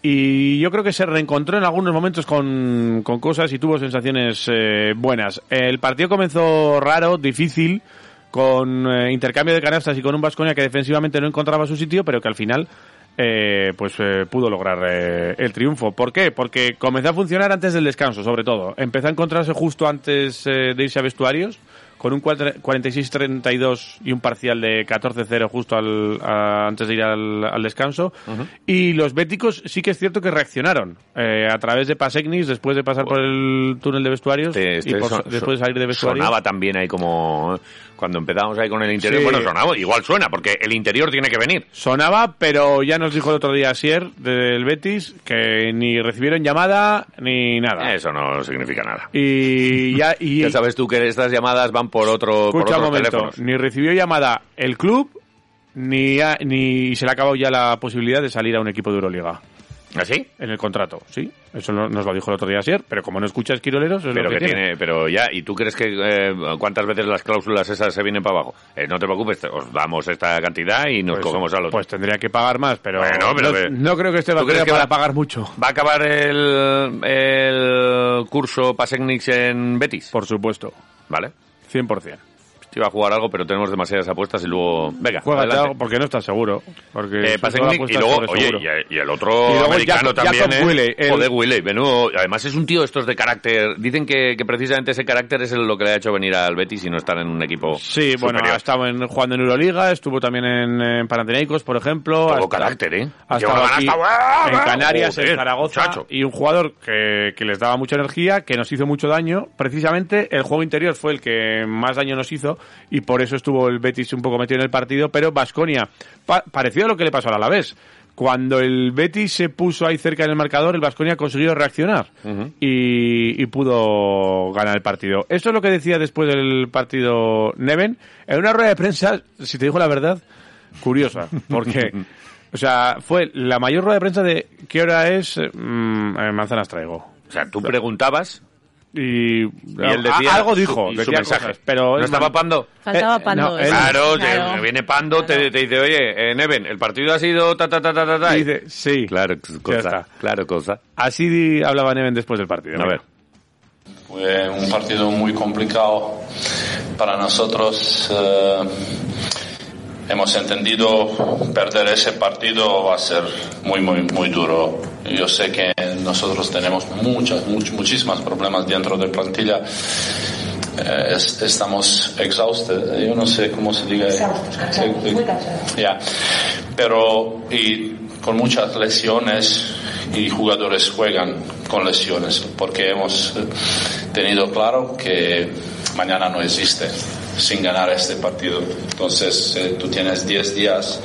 B: Y yo creo que se reencontró en algunos momentos con, con cosas y tuvo sensaciones eh, buenas. El partido comenzó raro, difícil, con eh, intercambio de canastas y con un Vasconia que defensivamente no encontraba su sitio, pero que al final eh, pues eh, pudo lograr eh, el triunfo. ¿Por qué? Porque comenzó a funcionar antes del descanso, sobre todo. Empezó a encontrarse justo antes eh, de irse a vestuarios, con un cuatro- 46-32 y un parcial de 14-0 justo al, a- antes de ir al, al descanso. Y los béticos sí que es cierto que reaccionaron eh, a través de Pasegnis, después de pasar por el túnel de vestuarios
A: Este- este
B: y por-
A: son-
B: después de salir de vestuarios.
A: Sonaba también ahí como. eh, Cuando empezamos ahí con el interior.
B: Sí.
A: Bueno, sonaba, igual suena, porque el interior tiene que venir.
B: Sonaba, pero ya nos dijo el otro día Asier del Betis que ni recibieron llamada ni nada.
A: Eso no significa nada.
B: Y ya, Ah.
A: <laughs>
B: y
A: Ya sabes tú que estas llamadas van por otro por otros
B: escucha un momento,
A: teléfonos.
B: ni recibió llamada el club ni ha- ni se le ha acabado ya la posibilidad de salir a un equipo de Euroliga
A: ¿Así?
B: en el contrato, sí. Eso lo- nos lo dijo el otro día Asier, pero como no escuchas Quiroleros, es
A: Pero
B: lo
A: que
B: que,
A: tiene, pero ya, ¿y tú crees que eh, cuántas veces las cláusulas esas se vienen para abajo? Eh, no te preocupes, te- os damos esta cantidad y nos
B: Pues-
A: cogemos al otro.
B: Pues tendría que pagar más, pero,
A: Bueno, pero
B: no,
A: que-
B: no creo que esté
A: ¿Tú crees
B: vacía
A: que
B: para
A: va-
B: pagar mucho.
A: ¿Va a acabar el, el curso Pasegnix en Betis?
B: Por supuesto,
A: Vale.
B: 100%.
A: Sí, iba a jugar algo, pero tenemos demasiadas apuestas y luego. Venga,
B: Juega
A: adelante.
B: algo porque no estás seguro. Porque
A: Eh,
B: sobre
A: Pasek
B: todo
A: Nick, y
B: apuestas
A: luego,
B: sobre
A: oye,
B: seguro.
A: y, y el otro
B: Y luego
A: americano
B: Jacob-
A: también,
B: Jacob
A: ¿eh?
B: Willey, el-
A: Joder, Willey, menudo- además es un tío estos de carácter, dicen que, que precisamente ese carácter es lo que le ha hecho venir al Betis y no estar en un equipo
B: Sí, bueno,
A: superior.
B: ha estado en, jugando en Euroliga, estuvo también en, eh, Panathinaikos, por ejemplo.
A: Todo
B: ha estado-
A: carácter, ¿eh? Lleva
B: Ha estado
A: ganas
B: aquí
A: hasta-
B: en Canarias,
A: Joder,
B: en Zaragoza,
A: muchacho.
B: y un jugador que, que les daba mucha energía, que nos hizo mucho daño. Precisamente el juego interior fue el que más daño nos hizo, y por eso estuvo el Betis un poco metido en el partido, pero Vasconia, pa- parecido a lo que le pasó al Alavés. Cuando el Betis se puso ahí cerca en el marcador, el Vasconia consiguió reaccionar y, y pudo ganar el partido. Esto es lo que decía después del partido Neven. En una rueda de prensa, si te digo la verdad, curiosa, porque,
A: <laughs>
B: o sea, fue la mayor rueda de prensa de qué hora es, Mm, eh, manzanas traigo.
A: O sea, tú preguntabas
B: Y,
A: y él decía.
B: a- algo dijo,
A: y su
B: decía
A: mensaje.
B: cosas, pero
A: ¿No
B: él
A: estaba
B: man-
A: Pando?
J: Faltaba
B: Eh,
J: Pando.
B: no,
J: eso.
A: Claro, te-
J: Claro.
A: te viene Pando, te, te dice, oye, eh, Neven, el partido ha sido ta ta ta ta ta. ta.
B: y
A: Y-
B: dice, sí.
A: Claro, cosa.
B: está.
A: Claro, cosa.
B: Así di- hablaba Neven después del partido.
A: A ver.
K: Fue Eh, un partido muy complicado para nosotros. eh, hemos entendido perder ese partido va a ser muy, muy, muy duro. Yo sé que nosotros tenemos muchas, much- muchísimos problemas dentro de plantilla. Eh, es- estamos exhaustos. Yo no sé cómo se diga. Sí, sí. Ya. Pero y con muchas lesiones y jugadores juegan con lesiones porque hemos eh, tenido claro que mañana no existe sin ganar este partido. Entonces eh, tú tienes 10 días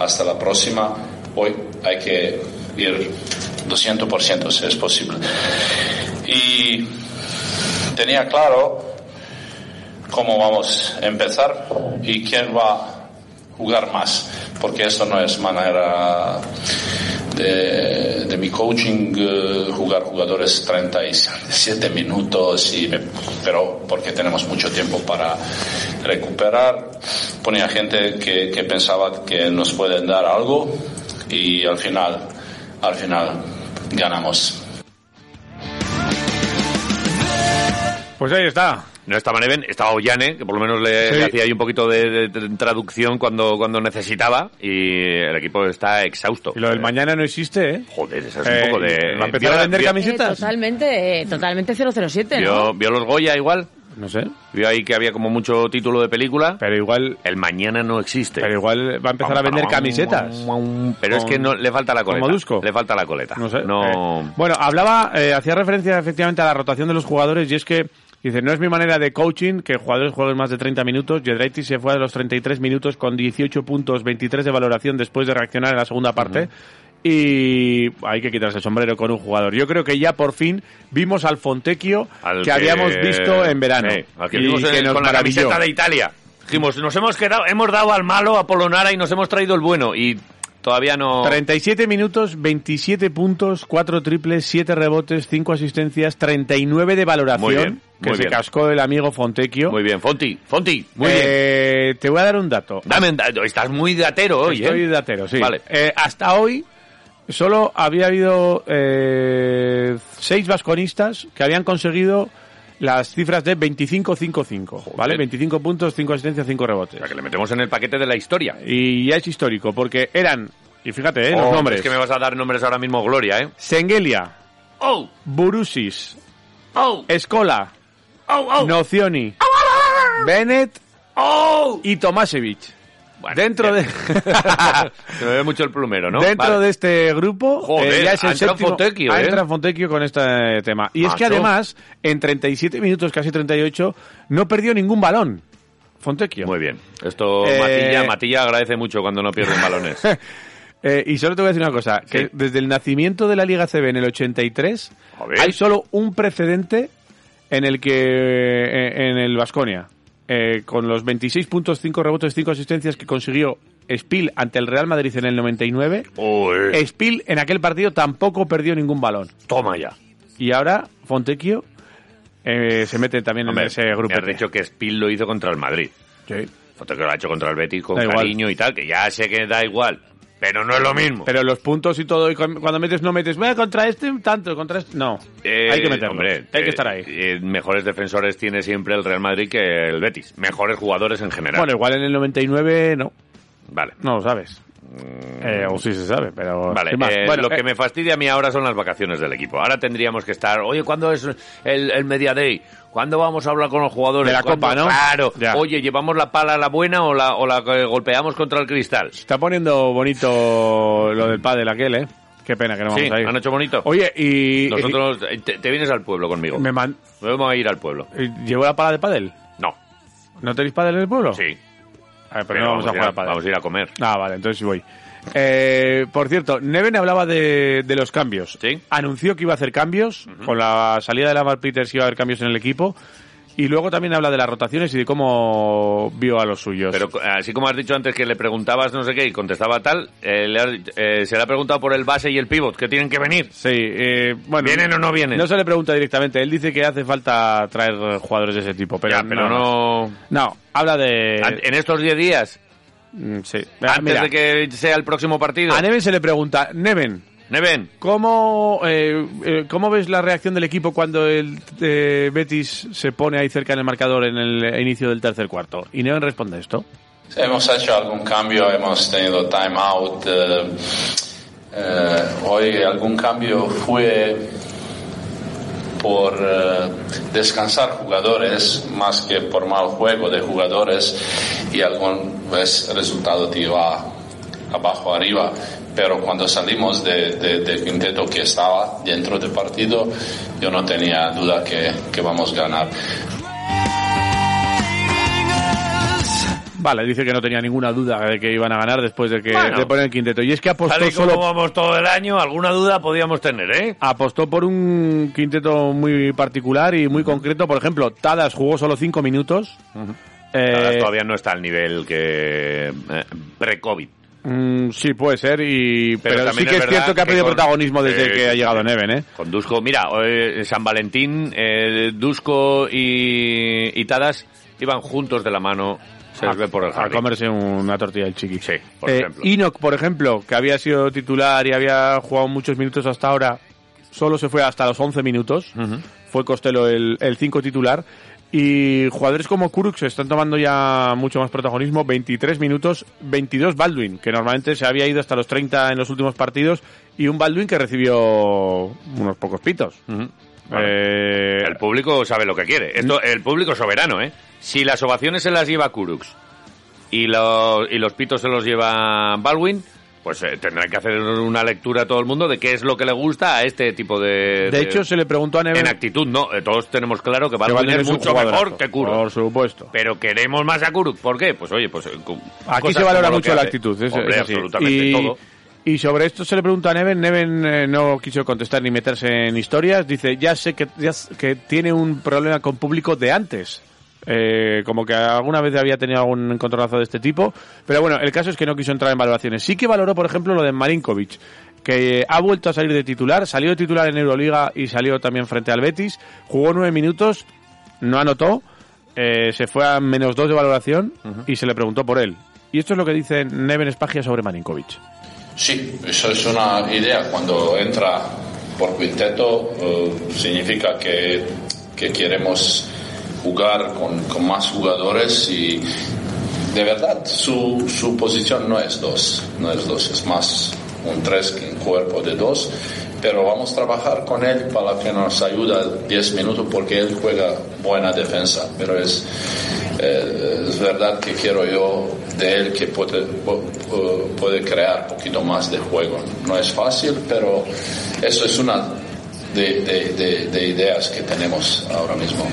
K: hasta la próxima. Hoy hay que ir 200% si es posible. Y tenía claro cómo vamos a empezar y quién va a jugar más, porque eso no es manera de, de mi coaching eh, jugar jugadores 37 minutos, y me- pero porque tenemos mucho tiempo para recuperar. Ponía gente que, que pensaba que nos pueden dar algo y al final, al final ganamos.
B: Pues ahí está.
A: No estaba Neven, estaba Ollane, que por lo menos le,
B: Sí.
A: le hacía ahí un poquito de, de traducción cuando, cuando necesitaba. Y el equipo está exhausto.
B: Y lo del
A: Eh,
B: mañana no existe, ¿eh?
A: Joder, eso es
B: Eh,
A: un poco de.
B: ¿va a empezar
A: la-
B: a vender
J: Eh,
B: camisetas?
J: totalmente, eh, totalmente 007, ¿no?
A: vio, vio los Goya igual.
B: No sé.
A: Vio ahí que había como mucho título de película.
B: Pero igual,
A: el mañana no existe.
B: pero igual va a empezar a vender camisetas.
A: Pero es
B: Con-
A: que no, le falta la coleta.
B: como Dusko.
A: Le falta la coleta.
B: No sé.
A: No.
B: eh. Bueno, hablaba, eh, hacía referencia efectivamente a la rotación de los jugadores y es que, dice, no es mi manera de coaching que jugadores jueguen más de 30 minutos. Jedraiti se fue a los 33 minutos con 18 puntos, 23 de valoración después de reaccionar en la segunda parte. Y hay que quitarse el sombrero con un jugador. Yo creo que ya por fin vimos al Fontecchio
A: Al
B: que, habíamos visto en verano.
A: Sí, al que
B: Y
A: vimos en-
B: que nos
A: con la
B: maravilló.
A: camiseta de Italia. Dijimos, nos hemos quedado, hemos dado al malo a Polonara y nos hemos traído el bueno. Y todavía no.
B: 37 minutos, 27 puntos, 4 triples, 7 rebotes, 5 asistencias, 39 de valoración
A: Muy bien,
B: que
A: muy
B: se
A: bien.
B: cascó el amigo Fontecchio.
A: Muy bien, Fonti, Fonti, muy bien.
B: Eh, Te voy a dar un dato.
A: Dame, da- estás muy datero hoy, ¿eh?
B: Estoy datero, sí.
A: Vale.
B: Eh, hasta hoy solo había habido eh, seis vasconistas que habían conseguido las cifras de 25-5-5, ¿vale?
A: Joder.
B: 25 puntos, 5 asistencias, 5 rebotes.
A: O sea, que le metemos en el paquete de la historia.
B: Y ya es histórico, porque eran, y fíjate, eh,
A: Oh,
B: los nombres,
A: Es que me vas a dar nombres ahora mismo, Gloria, ¿eh?
B: Sengelia,
A: ¡Oh!
B: Burusis,
A: ¡Oh!
B: Escola,
A: ¡Oh! ¡Oh!
B: Nocioni, Bennett
A: ¡Oh!
B: y Tomasevich.
A: Bueno,
B: Dentro de,
A: bien. <laughs> Se me ve mucho el plumero, <laughs> ¿no?
B: dentro
A: Vale.
B: de este grupo,
A: Joder,
B: ya es el
A: ha entrado
B: séptimo-
A: Fontecchio,
B: ha
A: ¿eh?
B: entrado Fontecchio con este tema. Y es que
A: Macho.
B: además, en 37 minutos, casi 38, no perdió ningún balón. Fontecchio.
A: Muy bien. Esto
B: Eh,
A: Matilla, Matilla agradece mucho cuando no pierden
B: <laughs>
A: balones.
B: Eh, y solo te voy a decir una cosa, que desde el nacimiento de la Liga CB en el 83,
A: Joder.
B: hay solo un precedente en el que eh, en el Vasconia, con los 26 puntos, 5 rebotes, 5 asistencias que consiguió Spiel ante el Real Madrid en el 99,
A: Uy,
B: Spiel en aquel partido tampoco perdió ningún balón.
A: toma ya.
B: Y ahora Fontecchio eh, se mete también
A: Hombre,
B: en ese grupo.
A: me has dicho que Spill lo hizo contra el Madrid. Foto que lo ha hecho contra el Betis con
B: Da igual.
A: cariño y tal, que ya sé que da igual, pero no es lo mismo.
B: Pero los puntos y todo, y cu- cuando metes no metes, voy contra este, tanto, contra este, no.
A: Eh,
B: hay que meterlo,
A: hombre,
B: hay
A: eh,
B: que estar ahí.
A: eh, mejores defensores tiene siempre el Real Madrid que el Betis. Mejores jugadores en general.
B: Bueno, igual en el 99 no,
A: vale.
B: no lo sabes. Eh, o sí se sabe, pero...
A: Mm. Vale,
B: sin más.
A: eh,
B: Bueno,
A: lo que
B: eh,
A: me fastidia a mí ahora son las vacaciones del equipo. Ahora tendríamos que estar, oye, ¿cuándo es el, el Media Day? ¿Cuándo vamos a hablar con los jugadores?
B: De la
A: ¿Cuándo?
B: Copa, ¿no?
A: Claro.
B: Ya.
A: Oye, ¿llevamos la pala a la buena o la, o la que golpeamos contra el cristal?
B: Está poniendo bonito lo del pádel aquel, ¿eh? Qué pena que no
A: Sí,
B: vamos a ir.
A: han hecho bonito.
B: Oye, y...
A: Nosotros, eh, te, te vienes al pueblo conmigo.
B: Me man-
A: Nos vamos a ir al pueblo.
B: ¿Llevo la pala de pádel?
A: No.
B: ¿No tenéis pádel en el pueblo? Sí. A ver, pero, no vamos, a jugar
A: ir
B: a pádel.
A: Vamos a ir a comer.
B: Ah, vale, entonces voy. Eh, por cierto, Neven hablaba de, de los cambios. Anunció que iba a hacer cambios. Con la salida de Lamar Peters iba a haber cambios en el equipo. Y luego también habla de las rotaciones y de cómo vio a los suyos.
A: Pero co- así como has dicho antes que le preguntabas no sé qué y contestaba tal, eh, le has dicho- eh, se le ha preguntado por el base y el pivot, que tienen que venir.
B: Sí, eh, bueno,
A: ¿Vienen o no vienen?
B: No se le pregunta directamente. Él dice que hace falta traer eh, jugadores de ese tipo. Pero,
A: Ya, pero no...
B: No, habla de...
A: An- En estos 10 días,
B: Mm, Sí.
A: antes
B: Mira,
A: de que sea el próximo partido.
B: A Neven se le pregunta, Neven,
A: Neven.
B: ¿cómo, eh, eh, ¿cómo ves la reacción del equipo cuando el eh, Betis se pone ahí cerca en el marcador en el eh, inicio del tercer cuarto? Y Neven responde esto.
K: Hemos hecho algún cambio, hemos tenido time out. eh, eh, hoy algún cambio fue por eh, descansar jugadores más que por mal juego de jugadores y algún vez el resultado te iba abajo arriba. Pero cuando salimos de, de- del quinteto que estaba dentro del partido, yo no tenía duda que, que vamos a ganar.
B: Vale, dice que no tenía ninguna duda de que iban a ganar después de que
A: Bueno.
B: de poner el quinteto. Y es que
A: Tal
B: apostó
A: y como
B: solo
A: vamos todo el año, alguna duda podíamos tener, ¿eh?
B: apostó por un quinteto muy particular y muy concreto. Por ejemplo, Tadas jugó solo cinco minutos.
A: Ahora
B: Eh,
A: todavía no está al nivel que eh, pre-COVID.
B: mm, sí, puede ser. Y, pero sí
A: también
B: que
A: es
B: es, cierto
A: verdad
B: que ha
A: que
B: perdido
A: con-
B: protagonismo desde
A: Sí,
B: que
A: sí,
B: ha
A: sí.
B: llegado Neven, ¿eh?
A: Con Dusko, mira, eh, San Valentín, eh, Dusko y, y Tadas iban juntos de la mano, se les ve por el
B: a
A: jardín.
B: comerse una tortilla del chiqui.
A: Sí, por
B: Eh,
A: ejemplo.
B: Enoch, por ejemplo, que había sido titular y había jugado muchos minutos hasta ahora, solo se fue hasta los 11 minutos. Fue Costello el el 5 titular. Y jugadores como Kuruk se están tomando ya mucho más protagonismo. 23 minutos, 22 Baldwin, que normalmente se había ido hasta los 30 en los últimos partidos. Y un Baldwin que recibió unos pocos pitos. Eh,
A: El público sabe lo que quiere. Esto, el público es soberano, ¿eh? Si las ovaciones se las lleva Kurux y, los y los pitos se los lleva Baldwin, pues eh, tendrán que hacer una lectura a todo el mundo de qué es lo que le gusta a este tipo de...
B: de hecho, se le preguntó a Neven
A: En actitud, no. eh, Todos tenemos claro que
B: que
A: Baldwin,
B: Baldwin
A: es,
B: es un
A: mucho
B: jugadorazo,
A: mejor que Kurux.
B: Por supuesto.
A: Pero queremos más a Kuruk. ¿Por qué? Pues oye, pues... eh, cu-
B: Aquí
A: cosas
B: se valora
A: como lo
B: mucho
A: que
B: la
A: hace.
B: actitud, es,
A: Hombre,
B: es así.
A: absolutamente
B: y, <laughs>
A: todo.
B: y sobre esto se le pregunta a Neven, Neven eh, no quiso contestar ni meterse en historias, dice, ya sé que, ya sé que tiene un problema con público de antes. Eh, como que alguna vez había tenido algún encontronazo de este tipo, pero bueno, el caso es que no quiso entrar en valoraciones. Sí que valoró, por ejemplo, lo de Marinkovic, que eh, ha vuelto a salir de titular, salió de titular en Euroliga y salió también frente al Betis, jugó nueve minutos, no anotó, eh, se fue a menos dos de valoración y se le preguntó por él. Y esto es lo que dice Neven Espagia sobre Marinkovic.
K: Sí, eso es una idea. Cuando entra por quinteto, eh, significa que, que queremos jugar con, con más jugadores y de verdad su, su posición no es dos, no es dos, es más un tres que un cuerpo de dos. Pero vamos a trabajar con él para que nos ayude 10 minutos porque él juega buena defensa. Pero es, eh, es verdad que quiero yo de él que puede, po- po- puede crear un poquito más de juego. No es fácil, pero eso es una de, de- de- de ideas que tenemos ahora mismo.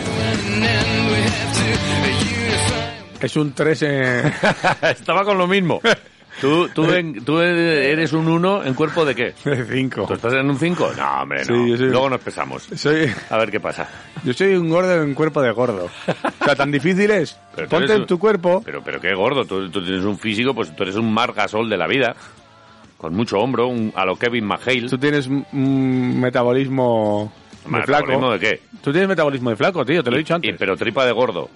B: Es un 3 en... <laughs>
A: Estaba con lo mismo. <laughs> Tú, tú, en- tú eres un 1 en cuerpo de qué? ¿Tú
B: 5.
A: estás en un 5? No, hombre, no.
B: Sí, yo soy-
A: Luego nos pesamos.
B: Soy,
A: A ver qué pasa.
B: yo soy un gordo en cuerpo de gordo. O sea, tan difícil es.
A: <laughs> Pero tú
B: Ponte
A: eres
B: en
A: un-
B: tu cuerpo.
A: Pero, pero qué gordo. Tú, tú tienes un físico, pues tú eres un margasol de la vida. Con mucho hombro, un- a lo Kevin McHale.
B: Tú tienes un- un metabolismo de
A: ¿Metabolismo
B: flaco.
A: de qué?
B: Tú tienes metabolismo de flaco, tío, te lo he dicho
A: Y-
B: antes.
A: pero tripa de gordo.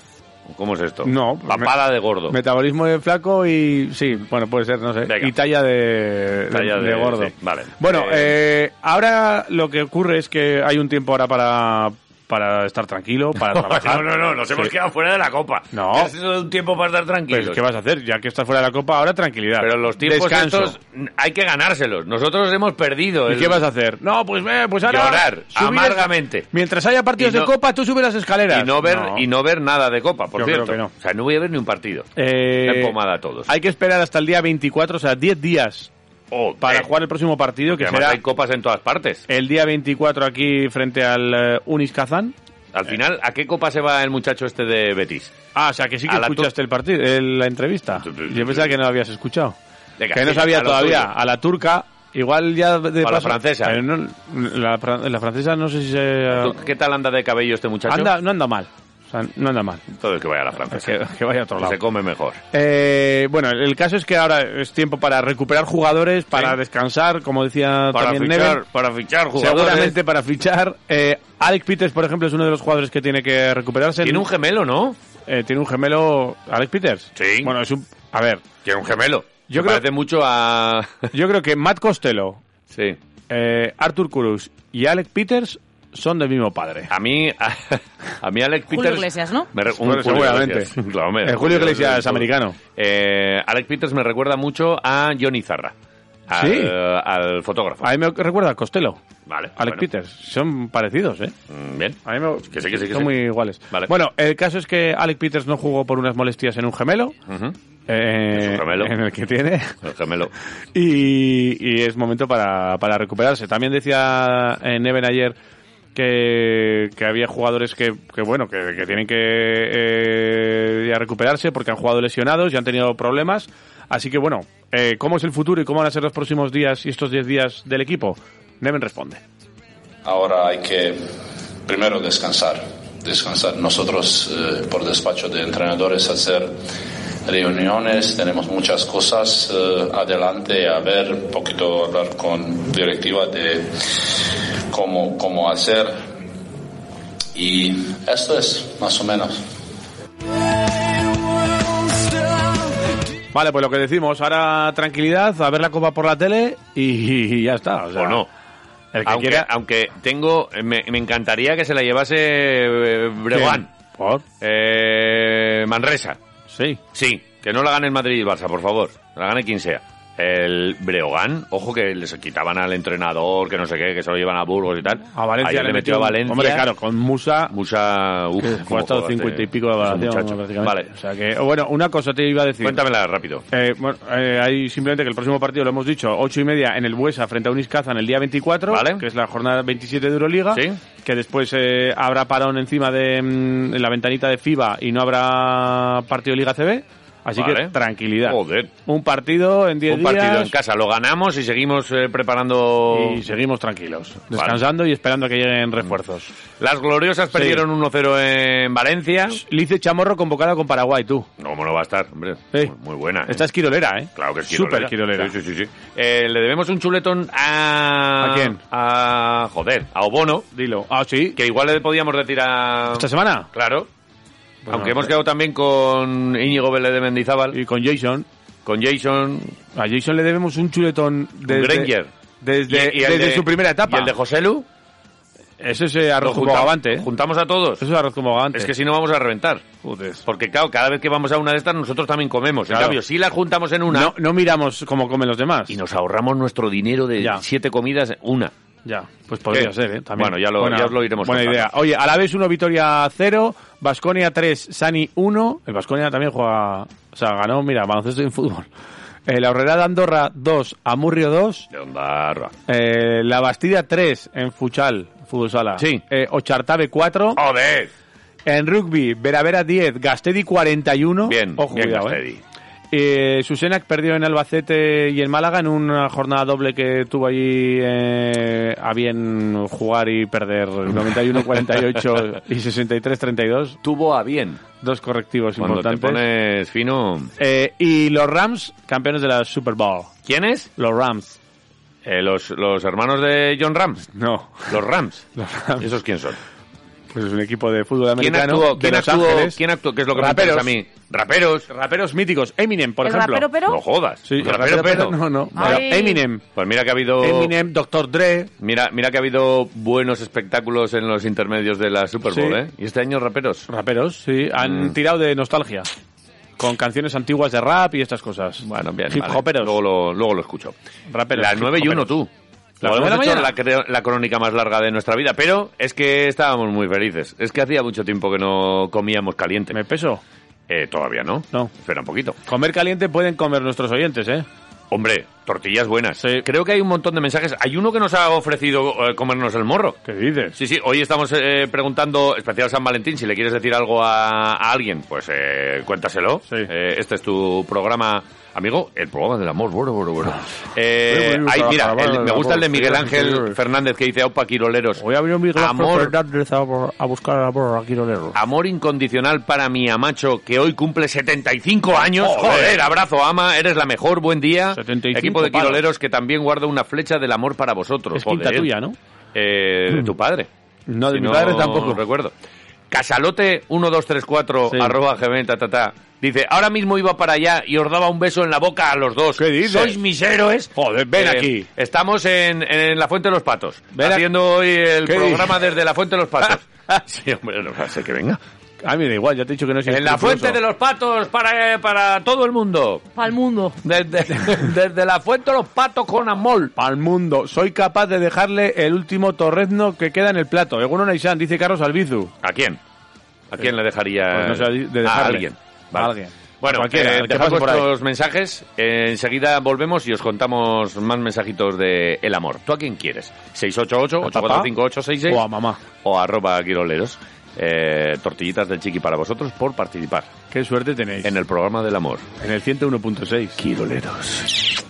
A: ¿Cómo es esto?
B: No, pues
A: Papada de gordo.
B: Metabolismo de flaco y. Sí, bueno, puede ser, no sé.
A: Venga.
B: Y talla de,
A: Talla
B: de,
A: de-
B: de gordo.
A: sí, vale.
B: Bueno,
A: Eh,
B: eh, ahora lo que ocurre es que hay un tiempo ahora para, para estar tranquilo, para
A: <laughs> <laughs>
B: trabajar.
A: No, no, no, nos hemos
B: Sí.
A: quedado fuera de la copa.
B: No.
A: Ha sido un tiempo para estar
B: Pues,
A: tranquilos.
B: ¿qué vas a hacer? Ya que estás fuera de la copa, ahora tranquilidad.
A: Pero los tiempos
B: Descanso.
A: estos n- hay que ganárselos. Nosotros hemos perdido.
B: ¿Y
A: el-
B: qué vas a hacer? No, pues, eh, pues ahora.
A: Llorar,
B: subir-
A: amargamente.
B: Mientras haya partidos
A: Y no-
B: de copa, tú subes las escaleras.
A: y no ver y no ver nada de copa, por
B: Yo creo
A: cierto.
B: que no.
A: O sea, no voy a ver ni un partido.
B: Eh,
A: Está empomada a todos.
B: Hay que esperar hasta el día 24, o sea, 10 días
A: Joder.
B: para jugar Eh, el próximo
A: Eh.
B: partido,
A: Porque
B: que
A: además
B: será
A: hay copas en todas partes.
B: el día 24 aquí frente al eh, Unis Kazán.
A: Al final, ¿a qué copa se va el muchacho este de Betis?
B: Ah, o sea, que sí que
A: A la
B: escuchaste el partido, el- la entrevista. Yo pensaba que no la habías escuchado.
A: Venga,
B: que no
A: sí, a
B: sabía
A: lo
B: todavía.
A: tuyo.
B: A la turca, igual ya de
A: O a la
B: paso-
A: francesa.
B: Eh, no, la, fra- la francesa no sé si se...
A: ¿Tú ¿Qué tal anda de cabello este muchacho?
B: Anda, no anda mal. O sea, no anda mal.
A: Todo el que vaya a la francesa.
B: Que- que vaya a otro lado.
A: Se come mejor.
B: Eh, bueno, el el caso es que ahora es tiempo para recuperar jugadores, para descansar, como decía
A: Para
B: también
A: fichar,
B: Neven.
A: para fichar jugadores.
B: Seguramente para fichar. Eh, Alex Peters, por ejemplo, es uno de los jugadores que tiene que recuperarse.
A: Tiene un gemelo, ¿no?
B: Eh, tiene un gemelo. ¿Alex Peters?
A: Sí.
B: Bueno, es un. A ver.
A: Tiene un gemelo.
B: Yo
A: Me
B: creo-
A: parece mucho a... <laughs>
B: Yo creo que Matt Costello,
A: sí.
B: eh, Arthur Kurus y Alex Peters son del mismo padre.
A: A mí, a, a mí Alex
J: Julio
A: Peters...
J: Iglesias, ¿no?
A: me re- un
B: Bueno,
A: Julio
B: seguramente.
A: Iglesias. <laughs> Claro, hombre,
B: Eh, Julio Iglesias, americano.
A: Eh, Alex Peters me recuerda mucho a Johnny Zarra. Al,
B: Sí.
A: al fotógrafo.
B: A mí me recuerda a Costello.
A: Vale.
B: Alex
A: bueno.
B: Peters. Son parecidos, ¿eh?
A: Mm, Bien.
B: A mí me...
A: Que sí, que sí, que
B: son
A: sí.
B: muy iguales.
A: Vale.
B: Bueno, el caso es que Alec Peters no jugó por unas molestias en un gemelo.
A: Ujú.
B: eh,
A: En su gemelo.
B: En el que tiene. <laughs>
A: El gemelo.
B: Y, y es momento para, para recuperarse. También decía eh, Neven ayer que, que había jugadores que, que, bueno, que, que tienen que eh, ya recuperarse porque han jugado lesionados y han tenido problemas. Así que, bueno, eh, ¿cómo es el futuro y cómo van a ser los próximos días y estos 10 días del equipo? Neven responde.
K: Ahora hay que primero descansar, descansar. Nosotros eh, por despacho de entrenadores hacer reuniones, tenemos muchas cosas eh, adelante, a ver, un poquito hablar con directiva de cómo, cómo hacer. Y esto es más o menos.
B: Vale, pues lo que decimos, ahora tranquilidad, a ver la copa por la tele y, y ya está. O, sea,
A: O no.
B: El que
A: Aunque,
B: quiera.
A: aunque tengo... Me, me encantaría que se la llevase eh, Breguán.
B: ¿Quién? Por.
A: Eh, Manresa.
B: Sí.
A: Sí, que no la gane el Madrid y el Barça, por favor. La gane quien sea. El Breogán, ojo que les quitaban al entrenador, que no sé qué, que se lo llevan a Burgos y tal.
B: A Valencia
A: Ayer le metió a Valencia.
B: Hombre, claro, con Musa.
A: Mucha. Uf,
B: que fue
A: cómo
B: hasta los
A: juega este-
B: 50 y pico de
A: este
B: valoración.
A: muchacho.
B: prácticamente.
A: Vale,
B: O sea que, oh, bueno, una cosa te iba a decir.
A: cuéntamela rápido.
B: Eh, bueno, eh, hay simplemente que el próximo partido, lo hemos dicho, 8 y media en el Buesa frente a un en el día 24,
A: Vale.
B: que es la jornada 27 de Euroliga,
A: Sí.
B: que después eh, habrá parón encima de mm, en la ventanita de FIBA y no habrá partido de Liga CB, así
A: Vale.
B: que tranquilidad.
A: Joder.
B: Un partido en 10
A: Un partido
B: días
A: en casa, lo ganamos y seguimos eh, preparando.
B: y seguimos tranquilos, descansando y esperando a que lleguen refuerzos.
A: Las gloriosas perdieron 1-0 en Valencia.
B: Lice Chamorro convocada con Paraguay, tú.
A: No, ¿Cómo no va a estar? Hombre,
B: Sí.
A: muy, muy buena. ¿eh?
B: Esta es quirolera, ¿eh?
A: Claro que es
B: Súper quirolera.
A: Sí, sí, sí. sí. Eh, le debemos un chuletón a...
B: ¿A quién?
A: A... Joder, a Obono.
B: Dilo. Ah, sí.
A: Que igual le podíamos decir a...
B: ¿Esta semana?
A: Claro.
B: Bueno,
A: Aunque hemos
B: eh.
A: quedado también con Íñigo Vélez de Mendizábal,
B: Y con Jason.
A: con Jason
B: A Jason le debemos un chuletón desde,
A: Granger.
B: desde,
A: y- y el
B: desde
A: de-
B: su primera etapa.
A: y el de José Lu.
B: Eso es eh, arroz
A: Lo
B: como
A: junta-
B: agavante. ¿eh?
A: Juntamos a todos.
B: Eso es arroz como agavante.
A: Es que si no vamos a reventar.
B: Joder.
A: Porque claro, cada vez que vamos a una de estas nosotros también comemos.
B: Claro.
A: En cambio, si la juntamos en una
B: no, no miramos cómo comen los demás.
A: y nos ahorramos nuestro dinero de
B: Ya.
A: siete comidas, una.
B: Ya, pues podría
A: ¿Qué?
B: ser, ¿eh? También.
A: Bueno, ya lo- ya os lo iremos
B: Buena
A: contando.
B: idea. Oye, a la vez 1, Vitoria 0, Basconia 3, Sani 1. El Basconia también juega. O sea, ganó, mira, baloncesto en fútbol. Eh, la Horrera de Andorra 2, Amurrio 2.
A: De Ondarroa.
B: Eh, la Bastida 3 en Fuchal, Fútbol Sala.
A: Sí.
B: Eh, Ochartave 4.
A: ¡Joder!
B: En rugby, Veravera 10, Gastedi 41.
A: Bien,
B: Ojo,
A: bien,
B: cuidado,
A: Gastedi.
B: eh. Eh, Susenac perdió en Albacete y en Málaga en una jornada doble que tuvo allí eh, a bien jugar y
A: <laughs>
B: perder 91-48 y 63-32.
A: Tuvo a bien.
B: Dos correctivos
A: Cuando te pones
B: importantes.
A: fino...
B: Eh, y los Rams, campeones de la Super Bowl.
A: ¿Quién es?
B: Los Rams.
A: Eh, los, los hermanos de John Rams.
B: No, <laughs>
A: Los Rams.
B: Los Rams.
A: ¿Esos quién son?
B: pues es un equipo de fútbol
A: ¿Quién
B: americano.
A: actuó?
B: de
A: ¿Quién
B: Los
A: actuó?
B: Ángeles.
A: ¿Quién actuó? ¿Qué es lo que
B: Raperos.
A: me interesa a mí? Raperos.
B: Raperos míticos. Eminem, por
J: ¿El
B: ejemplo.
J: rapero pero?
A: No jodas.
B: Sí,
A: rapero, pero.
B: No, no.
J: Ay.
B: Pero Eminem.
A: Pues mira que ha habido.
B: Eminem, Dr. Dre.
A: Mira, mira que ha habido buenos espectáculos en los intermedios de la Super Bowl,
B: Sí.
A: ¿eh? Y este año raperos.
B: Raperos, sí.
A: Mm.
B: Han tirado de nostalgia. Con canciones antiguas de rap y estas cosas.
A: Bueno, bien.
B: Hip
A: vale.
B: hoperos.
A: Luego lo, luego lo escucho.
B: Raperos,
A: Las
B: hip
A: 9 y 1
B: hoperos.
A: tú.
B: ¿Las
A: Luego
B: nueve de la
A: hemos hecho
B: mañana?
A: cre- la crónica más larga de nuestra vida, pero es que estábamos muy felices. Es que hacía mucho tiempo que no comíamos caliente.
B: ¿Me peso?
A: Eh, todavía no.
B: No.
A: Espera un poquito.
B: Comer caliente pueden comer nuestros oyentes, ¿eh?
A: Hombre, Tortillas buenas. Creo que hay un montón de mensajes. Hay uno que nos ha ofrecido eh, comernos el morro.
B: ¿Qué dices?
A: Sí, sí. Hoy estamos eh, preguntando, especial San Valentín, si le quieres decir algo a, a alguien, pues eh, cuéntaselo. Eh, este es tu programa, amigo. El programa del amor, bueno, bueno,
B: <laughs>
A: bueno. Eh,
B: Bueno, bueno,
A: hay-
B: para-
A: mira,
B: para-
A: el-
B: para-
A: me gusta el de Miguel
B: para-
A: Ángel
B: para-
A: Fernández que dice Aupa Quiroleros.
B: Hoy abrió mi
A: Amor. Ah,
B: Fernández a, a buscar a por aquí
A: Amor incondicional para mi amacho, que hoy cumple 75 años.
B: Joder.
A: Joder, abrazo, ama, eres la mejor, buen día. Equipo
B: 75
A: de
B: palos.
A: quiroleros que también guarda una flecha del amor para vosotros.
B: Es quinta
A: Joder.
B: tuya, ¿no?
A: Eh, de tu padre.
B: <clears throat> No, de
A: Si
B: mi padre tampoco.
A: recuerdo. Casalote 1234
B: Sí.
A: arroba gmail, ta, ta, ta. Dice, ahora mismo iba para allá y os daba un beso en la boca a los dos. ¿Qué
B: dices?
A: Sois mis héroes.
B: Joder, ven
A: Eh,
B: aquí.
A: Estamos en, en la Fuente de los Patos.
B: Ven a-
A: haciendo hoy el
B: ¿Qué
A: programa desde la Fuente de los
B: <laughs>
A: Patos. <laughs> sí, hombre,
B: pues
A: no sé que venga.
B: Ah, mira, igual, ya te he dicho que no es
A: En la Fuente de los Patos para, eh, para todo el mundo.
J: Para el mundo.
A: Desde, <laughs> desde la Fuente de los Patos con amor.
B: Al mundo, soy capaz de dejarle el último torrezno que queda en el plato. Eguno Naisan, dice Carlos Albizu.
A: ¿A quién? ¿A quién le dejaría?
B: Pues no sé, de dejarle.
A: Eh, a alguien. Vale.
B: A alguien.
A: Bueno,
B: A cualquiera,
A: eh,
B: al que
A: dejad
B: pase por ahí.
A: vuestros mensajes. eh, enseguida volvemos y os contamos más mensajitos de El Amor. ¿Tú a quién quieres? 688-845866
B: O a mamá.
A: o arroba quiroleros. Eh, tortillitas del chiqui para vosotros por participar
B: Qué suerte tenéis.
A: en el programa del amor.
B: En el 101.6.
A: Quiroleros.